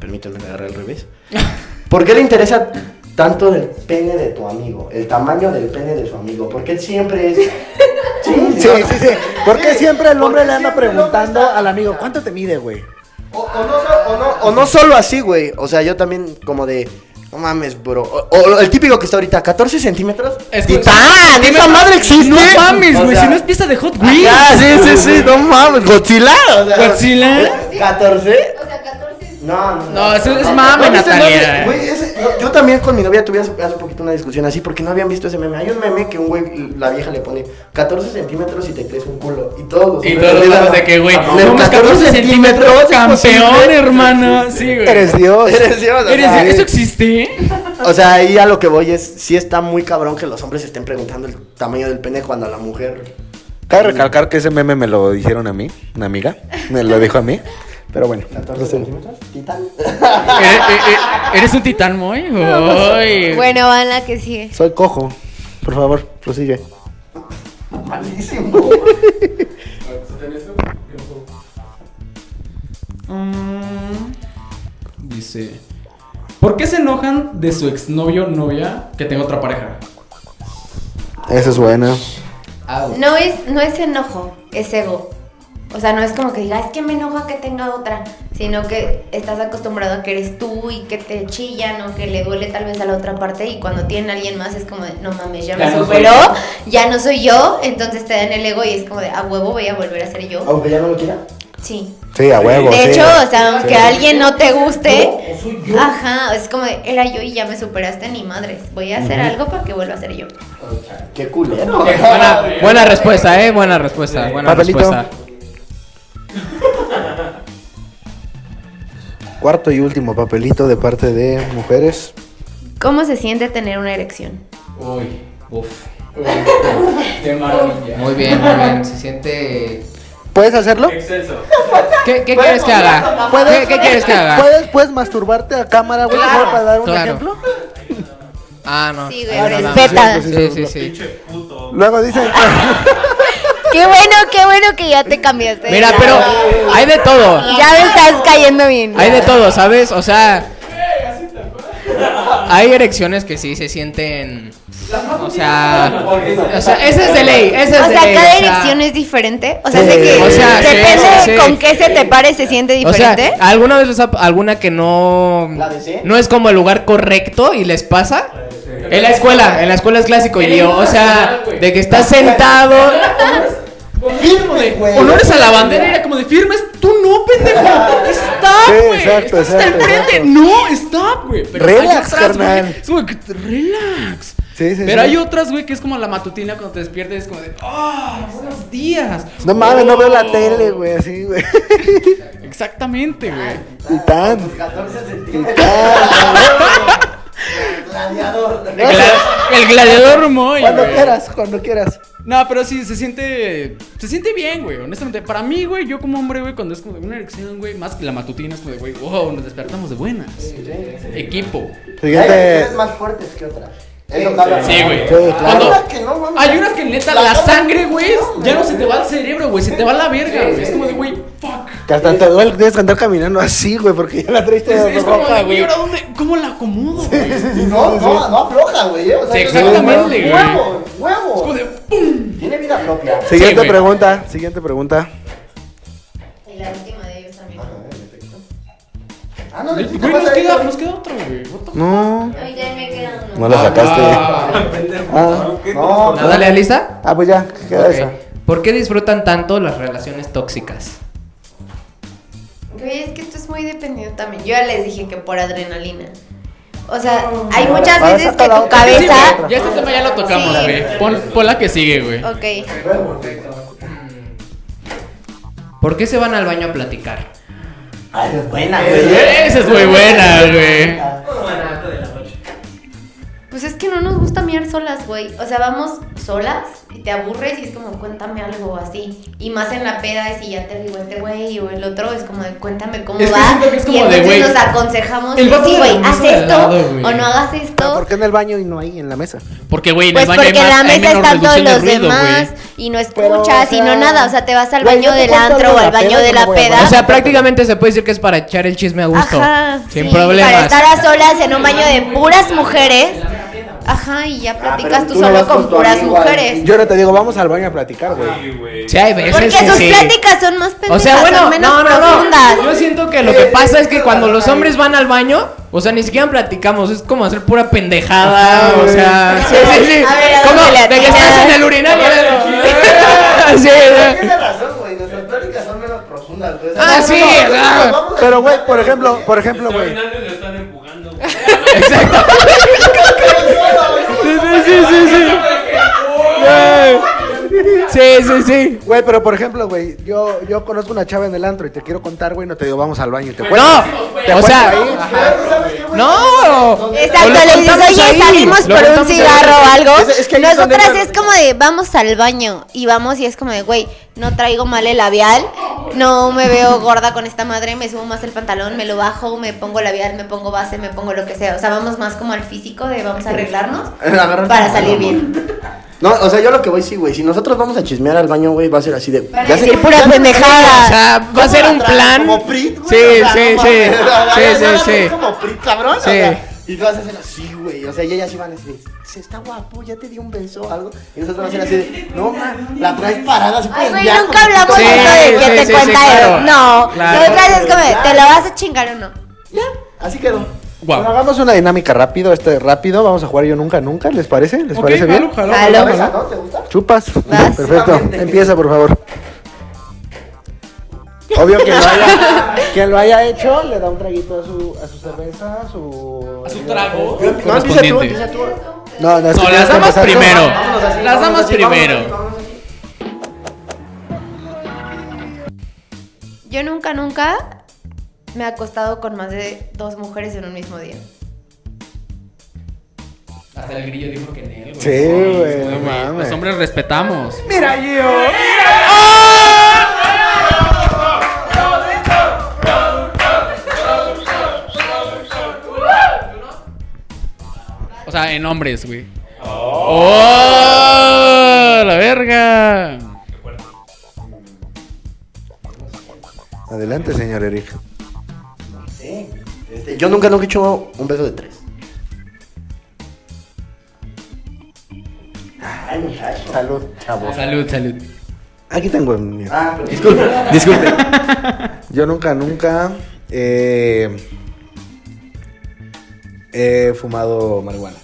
B: permíteme agarrar al revés. ¿Por qué le interesa tanto el pene de tu amigo? El tamaño del pene de su amigo. Porque él siempre es. Sí,
A: Sí, sí, sí. ¿Por qué siempre el hombre
B: Porque
A: le anda
B: siempre el hombre
A: preguntando
B: está-
A: al amigo, ¿cuánto te mide, güey?
B: O, o no, so- o no- o no solo así, güey. O sea, yo también como de. No mames, bro. O, o el típico que está ahorita, 14 centímetros.
G: Es que-
B: ¡Titán! ¡Esa madre existe!
G: No mames,
B: O
G: güey,
B: sea,
G: si no es pieza de Hot Wheels.
B: Ah, sí, sí, sí, no mames. ¿Godzilla? O sea,
G: Godzilla.
H: O
B: ¿14?
H: sea, 14
B: No, no.
G: No, eso es mame,
B: No, ese
G: Natalia.
B: mame, güey, ese- no, yo también con mi novia tuve hace, hace poquito una discusión así porque no habían visto ese meme. Hay un meme que un güey, la vieja le pone 14 centímetros y te crees un culo. Y todos los
G: Y
B: hombres
G: todos los
B: le dan
G: lados
B: la-
G: de que, güey,
B: Ah,
G: no
B: le-
G: mames, 14 centímetros, campeón,
B: imposible.
G: hermano. Sí, güey.
A: Eres Dios.
B: Eres Dios, o sea,
G: Eres-
B: sí.
G: ¿Eso existe?
B: O sea, ahí a lo que voy es, sí está muy cabrón que los hombres estén preguntando el tamaño del pene cuando a la mujer...
A: Cabe recalcar que ese meme me lo hicieron a mí, una amiga. Me lo dijo a mí. Pero bueno.
B: 14 centímetros, titán.
G: ¿Eres, e- e- eres un titán, muy?
E: pues,
G: Uy.
E: Bueno, van la que sigue.
A: Soy cojo. Por favor, prosigue.
B: Malísimo.
G: Dice, ¿por qué se enojan de su exnovio o novia que tenga otra pareja?
A: Eso es bueno.
F: Ah,
E: No es, no es enojo, es ego. O sea, no es como que digas, es que me enoja que tenga otra, sino que estás acostumbrado a que eres tú y que te chillan o que le duele tal vez a la otra parte y cuando tienen a alguien más es como de, no mames, ya,
G: Ya
E: me
G: no soy
E: superó,
G: yo".
E: ya no soy yo, entonces te dan el ego y es como de, a huevo voy a volver a ser yo.
B: Aunque ya no lo quiera.
E: Sí.
A: Sí, a huevo.
E: De
A: sí.
E: hecho, o sea, aunque
A: Sí.
E: a alguien no te guste,
B: No, soy yo.
E: ajá, es como de, era yo y ya me superaste, ni madres, voy a hacer algo para que vuelva a ser yo.
B: Qué culero.
G: Buena, buena respuesta, eh, buena respuesta, buena
A: Papelito.
G: respuesta.
A: Cuarto y último papelito de parte de mujeres.
E: ¿Cómo se siente tener una erección?
G: Uy, uf.
F: Muy bien, muy bien. Se siente.
A: ¿Puedes hacerlo?
C: Excelso.
F: ¿Qué, qué quieres que haga? ¿Qué, qué quieres que haga?
A: ¿Puedes, puedes masturbarte a cámara, güey,
F: Claro,
A: para dar un
F: claro.
A: ejemplo?
F: Ah, no.
E: Sí, güey,
F: Ah, no, no.
E: respeta.
F: Sí, sí, sí.
A: Luego dicen
E: Qué bueno, qué bueno que ya te cambiaste.
F: Mira,
E: Ya-
F: pero hay de todo.
E: Ya me estás cayendo bien.
F: Hay de todo, ¿sabes? O sea. Hay erecciones que sí se sienten. O sea. O sea, ese es de ley. Ese es
E: O
F: de
E: sea,
F: ley,
E: cada
F: o sea,
E: erección es diferente. O sea,
A: Sí.
E: sé que
A: O
F: sea, sí,
E: depende
F: sí, sí.
E: con qué se te pare, se siente
F: O sea,
E: diferente.
F: ¿alguna vez les ha, alguna que no
B: ¿La desee?
F: no es como el lugar correcto y les pasa? En la escuela, en la escuela es clásico y yo, o sea, de que estás sentado,
B: Firme, güey.
G: Honores a la bandera era como de firmes, tú no, pendejo.
A: Sí,
G: Stop, güey.
A: exacto,
G: Estás hasta el
A: exacto,
G: frente.
A: exacto.
G: No, stop, güey. Pero
A: Relax,
G: hay otras, güey,
A: carnal.
G: Es como que te- relax.
A: Sí, sí,
G: Pero
A: sí.
G: hay otras, güey, que es como la matutina cuando te despiertes, es como de, ¡ah! buenos días.
A: No mames, no veo la
G: Oh.
A: tele, güey, así, güey.
G: Exactamente, güey.
A: Ah. Titán.
B: 14 centímetros. Gladiador.
G: Gla- El gladiador Moy.
A: Cuando
G: güey.
A: quieras, cuando quieras.
G: No, pero sí, se siente. Se siente bien, güey. Honestamente, para mí, güey, yo como hombre, güey, cuando es como una erección, güey, más que la matutina, es como de, güey, wow, nos despertamos de buenas. Equipo.
A: Siguiente.
B: Hay más fuertes que otras. Eso cambia.
G: Sí, güey.
A: Sí, claro.
G: Cuando-
B: Hay que no, mames.
G: Hay unas que neta, la sangre, güey, ya no se te va al cerebro, güey, se te va a la verga, güey. Es como de, güey, fuck.
A: Que hasta te duele, tienes que andar caminando así, güey, porque ya la traiste
G: Es,
A: de
G: pues, es como
A: roja,
G: de, güey,
A: güey.
G: ¿ahora dónde? ¿Cómo huevo la acomodo, güey.
B: Y no, no, no afloja, güey. ¿eh? O sea,
G: Sí,
B: yo creo que-
G: exactamente, güey.
B: Huevo, huevo.
G: Es como de, Eh.
B: Tiene vida propia.
G: Sí,
A: Siguiente
G: güey.
A: pregunta, siguiente pregunta.
E: Y la última de ellos también.
B: Ah, no, le quita
G: Güey,
B: más
G: nos
B: ahí,
G: queda,
B: güey.
G: nos queda otro, güey. What the-
A: No,
E: A mí también me queda
A: no
E: uno.
A: la sacaste. Ah,
B: No,
F: ¿La dale a Lisa?
A: ah, pues ya, queda
F: Ok.
A: esa.
F: ¿Por qué disfrutan tanto las relaciones tóxicas?
E: Güey, es que esto es muy dependido también. Yo ya les dije que por adrenalina. O sea, hay muchas
A: Ahora
E: veces
A: saca
E: que
A: la
E: tu
A: otra.
G: Sí,
E: cabeza.
G: güey, ya este tema ya lo tocamos,
E: Sí.
G: güey. Pon, pon la que sigue, güey.
E: Ok.
F: ¿Por qué se van al baño a platicar?
B: Ay, es buena, güey. ¿eh?
G: Esa es muy buena, güey.
E: Pues es que no nos gusta mirar solas, güey. O sea, vamos solas y te aburres y es como, cuéntame algo así. Y más en la peda, si ya te digo este güey o el otro, es como de, cuéntame cómo
G: Es que
E: va.
G: siento que es
E: y
G: como de,
E: entonces
G: güey,
E: nos aconsejamos
G: el
E: y
G: vato
E: sí,
G: de la
E: güey,
G: mesa
E: haz
G: de al
E: esto
G: lado, güey.
E: o no hagas
A: Pero
E: esto.
A: ¿Por qué en el baño y no ahí en la mesa?
G: Porque, güey, en
E: Pues
G: el baño hay
E: porque en
G: más-
E: la
G: hay
E: mesa
G: menos
E: están todos
G: reducción de
E: los
G: ruido, güey.
E: demás y no
A: Pero, o
E: escuchas y
A: sea,
E: no nada. O sea, te vas al
A: güey,
E: baño
A: yo te
E: del
A: cuento
E: antro
A: algo
E: o
A: de
E: al
A: la
E: baño
A: peda,
E: de
A: yo
E: la
A: no voy al
E: peda.
A: baño.
F: O sea, prácticamente se puede decir que es para echar el chisme a gusto.
E: Ajá,
F: Sin
E: sí,
F: problemas.
E: Para estar a solas en un baño de puras mujeres.
G: Ah,
E: Ajá, y ya
B: Ah,
E: platicas
B: pero
E: tú
B: tú no
E: solo
B: vas
E: con
B: con tu
E: puras
B: amigo al-
E: mujeres.
A: Yo no te digo, vamos al baño a platicar, güey.
F: Sí, hay veces
E: Porque
F: que
E: sus
F: sí.
E: pláticas son más
F: O
E: pendejas,
F: sea,
E: son
F: bueno,
E: menos
F: no, no,
E: profundas.
F: no. Yo siento que lo que pasa es que cuando los hombres van al baño, o sea, ni siquiera platicamos, es como hacer pura pendejada, o sea, sí, sí, sí.
E: A ver, ¿a
F: Como
E: dónde le
F: de que estás
E: atinas?
F: en el urinario. Sí,
B: Pero
F: sí.
B: Tiene razón, güey. Nuestras pláticas son menos profundas, güey. O sea,
F: Ah,
B: no,
F: sí,
B: no, no,
F: ah.
B: no, vamos a-
A: Pero, güey, por ejemplo, por ejemplo, güey.
D: lo están empujando.
F: Sí, sí, sí. Sí, sí, sí.
A: Güey, pero por ejemplo, güey, yo, yo conozco una chava en el antro y te quiero contar, güey, no te digo, vamos al baño y te cuento.
F: No,
A: te
F: o
A: cuento
F: sea,
A: ahí.
B: Pero, ¿sabes qué, güey?
F: no.
E: Exacto,
F: O lo
E: le dices,
F: contamos
E: oye,
F: ahí,
E: salimos
F: lo
E: por un
F: contamos ahí".
E: cigarro o algo.
B: Es- es que ahí es donde
E: Nosotras
B: entra-
E: es como de, vamos al baño. Y vamos y es como de, güey, no traigo mal el labial. No me veo gorda con esta madre. Me subo más el pantalón, me lo bajo, me pongo labial, me pongo base, me pongo lo que sea. O sea, vamos más como al físico de vamos a arreglarnos
B: Agarrar-
E: para salir bien.
B: No, o sea, yo lo que voy sí, güey. Si nosotros vamos a chismear al baño, güey, va a ser así de.
E: Para
B: ya sé-
E: decir puras
F: O
E: pendejadas.
F: sea, va a ser un plan.
B: Como Prit, güey.
F: Sí,
B: o sea,
F: sí,
B: no
F: sí.
B: mames, o sea, ya-
F: Sí,
B: ya
F: sí,
B: la
F: sí.
B: ves Como Prit, cabrón. o
F: Sí.
B: sea, Y tú vas a hacer así, güey. O sea, y ellas iban a decir, se está guapo, ya te di un beso o algo. Y nosotros vamos a hacer así de, no, ma, la traes parada, así
E: Ay,
B: pues,
E: güey,
B: ya,
E: nunca hablamos
F: Sí,
E: de eso de que
F: sí,
E: te
F: sí,
E: cuenta
F: sí,
E: él.
F: claro.
E: No,
F: Claro.
E: nosotras es como de, ¿te la vas a chingar o no?
B: Ya, así quedó.
A: Bueno, hagamos una dinámica rápido, este rápido, vamos a jugar yo nunca, nunca, ¿les parece? ¿Les
G: Ok,
A: parece bien?
G: jalo, jalo,
E: Jalo.
G: jalo,
B: ¿Esa,
G: jalo.
B: no? ¿Te gusta?
A: Chupas.
E: Vas.
A: Perfecto. Empieza, por favor. Obvio que lo haya, quien lo haya hecho le da un traguito a su, a su cerveza, a su...
G: A su trago.
B: No, empieza tú,
G: Correspondiente.
B: empieza tú.
A: No, no, es que
G: No,
A: tienes
G: las
A: que
G: damas
A: empezar tú.
G: primero.
B: Vámonos así, vámonos
G: Las damas
B: así, vámonos
G: primero.
B: así, vámonos así.
E: Yo nunca, nunca me he acostado con más de dos mujeres en un mismo día.
F: Hasta el grillo dijo que negro.
A: Sí, güey, no
G: Los
A: mames.
G: hombres respetamos. O sea, en hombres, güey. ¡Oh! ¡La verga!
A: Adelante, señor Eric.
B: Sí. Este, Yo nunca, nunca he hecho un beso de tres. Ay, muchacho.
A: Salud, chavos.
G: Salud, salud.
A: Aquí tengo el mío.
B: Ah, pero disculpe.
A: Disculpe. Yo nunca, nunca eh, he fumado marihuana.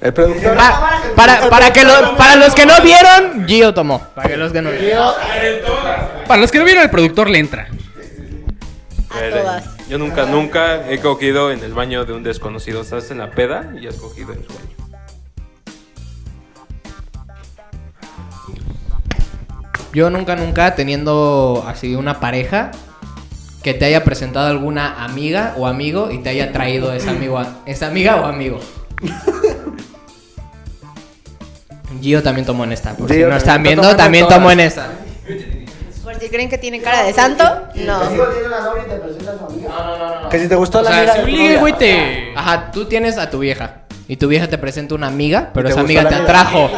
A: El productor.
F: Pa- Ah, para, para, que lo- para los que no vieron, Gio tomó. Para que los que no vieron.
G: Para los que no vieron, el productor le entra.
E: A todas.
D: Yo nunca, nunca he cogido en el baño de un desconocido. Estás en la peda y has cogido en su baño.
F: Yo nunca, nunca teniendo así una pareja que te haya presentado alguna amiga o amigo y te haya traído esa, amigo, esa amiga o amigo. Gio también tomó en esta. Por si
A: Gio
F: no están
A: también.
F: viendo,
A: Está tomando
F: también
A: todas.
F: tomó en esta.
E: Por si creen que tiene cara de santo, no.
B: Te digo, tiene una novia y te presenta a su amiga.
A: Que si te gustó
G: O
A: la
G: sea,
A: amiga
G: si
A: de
G: un
A: tu
G: ligue,
A: novia.
G: güey, te.
F: Ajá, tú tienes a tu vieja. Y tu vieja te presenta una amiga, pero
A: ¿Y te
F: esa
A: gustó
F: amiga te
A: la
F: atrajo.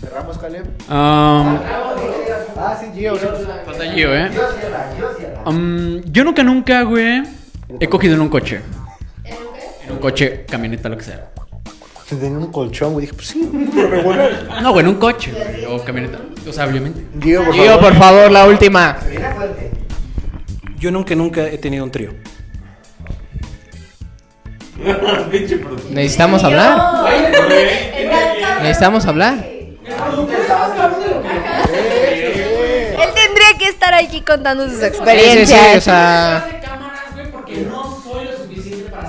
B: Cerramos, Caleb.
G: Um,
B: Ah, sí, Gio.
G: Falta
F: Gio,
G: ¿eh? um, yo nunca, nunca, güey, he cogido en un coche. En un coche, camioneta, lo que sea.
A: Tenía un colchón, güey. Dije, pues sí, pero regular.
G: No, güey, en un coche, güey, o camioneta. O sea, obviamente.
A: Gio, por
F: Gio,
A: favor.
F: por favor, la última.
I: Yo nunca, nunca he tenido un trío.
J: Pinche producto.
F: Necesitamos hablar. Necesitamos hablar.
E: Él tendría que estar aquí contando sus
F: Sí, sí,
E: experiencias.
F: sí, o sea.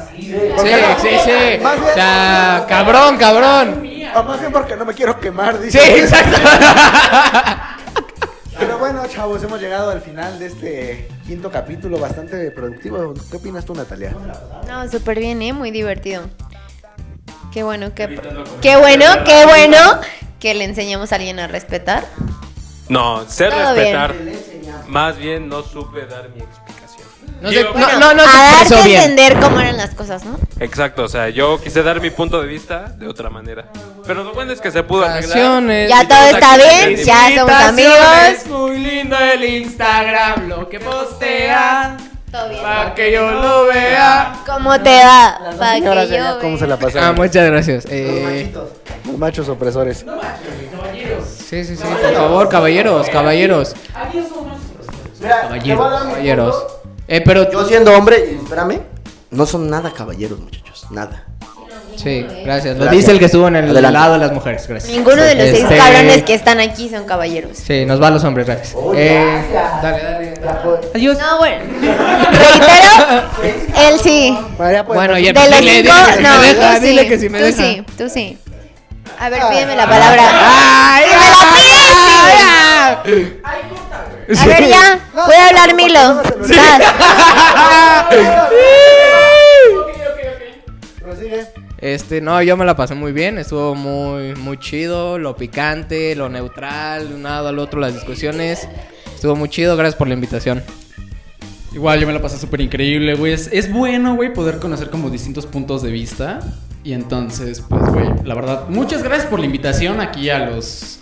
F: Sí, sí, sí.
A: Más bien-
F: O sea, cabrón, cabrón.
A: O más bien porque no me quiero quemar,
F: Sí,
A: dice.
F: exacto.
A: Pero bueno, chavos, hemos llegado al final de este quinto capítulo bastante productivo. ¿Qué opinas tú, Natalia?
E: No, súper bien, ¿eh? Muy divertido. Qué bueno, que, qué bueno, qué bueno que le enseñamos a alguien a respetar.
D: No, sé
E: Todo
D: respetar. Más bien no supe dar mi explicación.
F: No sé,
D: Yo-
F: no, no, no
E: a
F: se
E: darte
F: expresó
E: a
F: bien.
E: entender cómo eran las cosas, ¿no?
D: Exacto, o sea, yo quise dar mi punto de vista de otra manera. Pero lo bueno es que se pudo arreglar.
F: Vacaciones.
E: Ya todo está bien, ya somos
F: Invitaciones,
E: amigos.
F: Muy lindo el Instagram, lo que postean.
E: Todo bien.
F: Para que yo lo vea.
E: ¿Cómo te va? Pa' que
A: Señoras,
E: yo
A: ¿cómo
E: vea.
A: se la
F: Ah,
A: pasaron?
F: muchas gracias. Eh,
A: Los machos opresores.
F: sí, sí, sí. Por favor, caballeros, caballeros.
B: Mira, te voy a
F: Caballeros,
B: dar mi
F: caballeros.
B: punto.
F: Eh, pero.
B: Yo siendo hombre, espérame, no son nada caballeros, muchachos, nada.
F: Sí, gracias. Lo
B: Gracias.
F: dice el que estuvo en el
B: Adelante.
F: lado de las mujeres, gracias.
E: Ninguno de los seis
F: Este,
E: cabrones que están aquí son caballeros.
F: Sí, nos va a los hombres, gracias. Eh, dale, dale. Adiós.
E: No, bueno. Reitero, él sí.
A: María, pues,
F: Bueno, ya
E: De los
F: dile,
E: cinco,
F: dile que si
E: no,
F: me deja,
E: tú sí,
F: dile que si me
E: tú
F: deja.
E: sí, tú sí. A ver, pídeme la palabra.
F: ¡Ay,
E: ¡Me la pides, sí! A ver, ya. Voy a hablar, Milo. Vas.
A: prosigue.
F: Este, no, yo me la pasé muy bien, estuvo muy, muy chido, lo picante, lo neutral, de un lado al otro las discusiones, estuvo muy chido, gracias por la invitación.
G: Igual yo me la pasé súper increíble, güey. Es, es bueno, güey, poder conocer como distintos puntos de vista. Y entonces, pues, güey, la verdad, muchas gracias por la invitación aquí a los,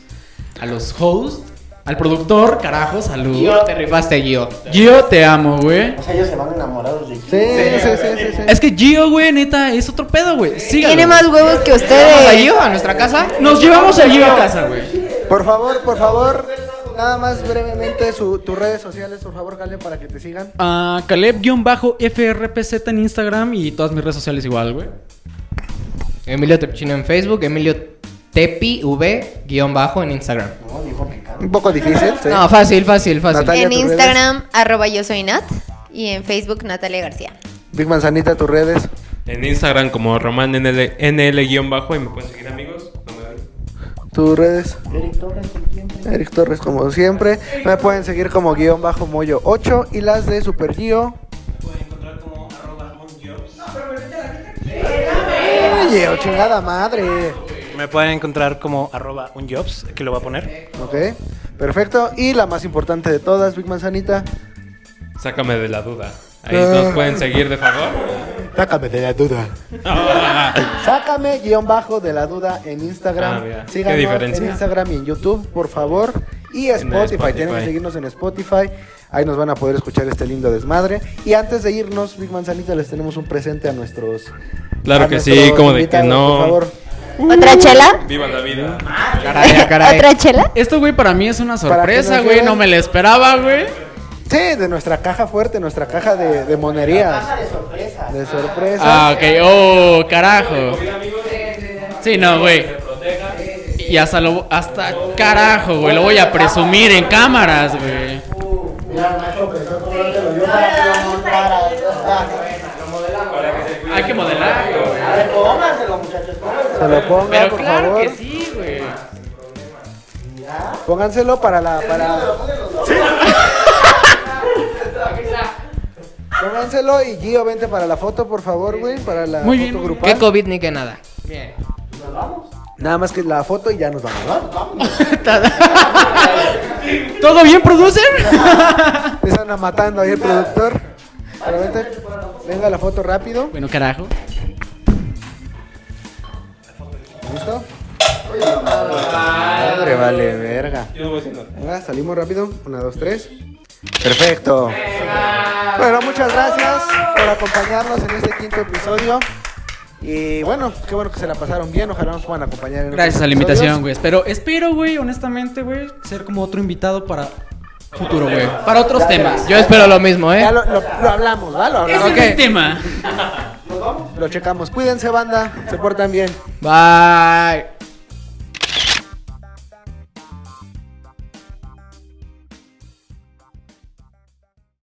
G: a los hosts, al productor, carajo, salud.
F: Gio, te rifaste, Gio.
G: Gio, te amo, güey.
B: O sea, ellos se van enamorados de ti.
A: Sí, sí, sí, sí, sí.
G: Es que Gio, güey, neta, es otro pedo, güey. Sígalo.
E: Tiene más huevos que
F: ¿Vamos a
E: ustedes.
F: Gio, a nuestra casa?
G: Nos llevamos a Gio a casa, güey.
A: Eh, Por favor, por favor, nada más brevemente su- tus redes sociales, por favor, Gale, para que te sigan.
G: A Caleb-FRPZ en Instagram y todas mis redes sociales igual, güey.
F: Emilio Tepchino en Facebook, Emilio Tepi V, guión bajo en Instagram.
A: Un poco difícil, sí.
F: No, fácil, fácil, fácil.
A: Natalia,
E: En
A: tus redes.
E: Instagram, arroba yo soy Nat. Y en Facebook, Natalia García.
A: Big Manzanita, tus redes.
D: En Instagram como Román NL, NL-bajo y me pueden seguir amigos. No me dan-
A: Tus redes. Eric Torres, como siempre. Me pueden seguir como guión bajo moyo 8 y las de Super Gio. Oye, oh, chingada madre.
I: Me pueden encontrar como arroba unjobs, que lo va a poner.
A: Ok, perfecto. Y la más importante de todas, Big Manzanita.
D: Sácame de la duda. Ahí
F: Ah.
D: nos pueden seguir, de favor.
A: Sácame de la duda. Sácame guión bajo de la duda en Instagram.
D: Ah, mira. Qué
A: Síganos en
D: diferencia.
A: Instagram y en YouTube, por favor. Y Spotify. tienen que
D: Spotify.
A: seguirnos en Spotify. Ahí nos van a poder escuchar este lindo desmadre. Y antes de irnos, Big Manzanita, les tenemos un presente a nuestros.
D: Claro
A: a
D: que sí,
A: nuestros
D: como de que
A: invitados,
D: no.
A: Por favor.
E: ¿Otra chela?
D: Viva la vida.
F: Caray, ah, caray.
E: ¿Otra chela?
G: Esto, güey, para mí es una
A: Para que
G: sorpresa,
A: nos
G: güey.
A: lleven.
G: No me la esperaba, güey.
A: Sí, de nuestra caja fuerte, nuestra caja de, de monerías. de sorpresa.
G: Ah, ok. Oh, carajo. Sí, no, güey. Y hasta lo... Hasta carajo, güey. Lo voy a presumir en cámaras, güey. Hay que modelarlo, güey.
A: Se lo pongan,
G: Pero
A: por
G: claro
A: favor.
G: que sí, güey.
A: Pónganselo para la. Para... Pónganselo y Gio, vente para la foto, por favor, güey. Para la
G: Muy
A: foto
G: bien.
A: grupal.
F: ¿Qué COVID ni que nada?
A: Nada más que la foto y ya nos vamos, ¿va?
G: ¿Todo bien, producer?
A: Te están matando ahí el productor. Pero vente. Venga la foto rápido.
G: Bueno, carajo.
A: ¿Listo? Hombre, vale, verga.
D: Yo no voy diciendo.
A: Venga, salimos rápido. Una, dos, tres. Perfecto. Bueno, muchas gracias por acompañarnos en este quinto episodio. Y bueno, qué bueno que se la pasaron bien. Ojalá nos puedan acompañar en otros
G: Gracias a la
A: episodios.
G: invitación, güey. Espero, espero, güey, honestamente, güey, ser como otro invitado para futuro, güey. Para otros temas.
F: Yo espero lo mismo, ¿eh?
A: Ya lo, lo- lo hablamos, ¿va? Lo hablamos.
G: Ese es el tema.
A: Lo checamos. Cuídense, banda. Se portan bien.
F: Bye.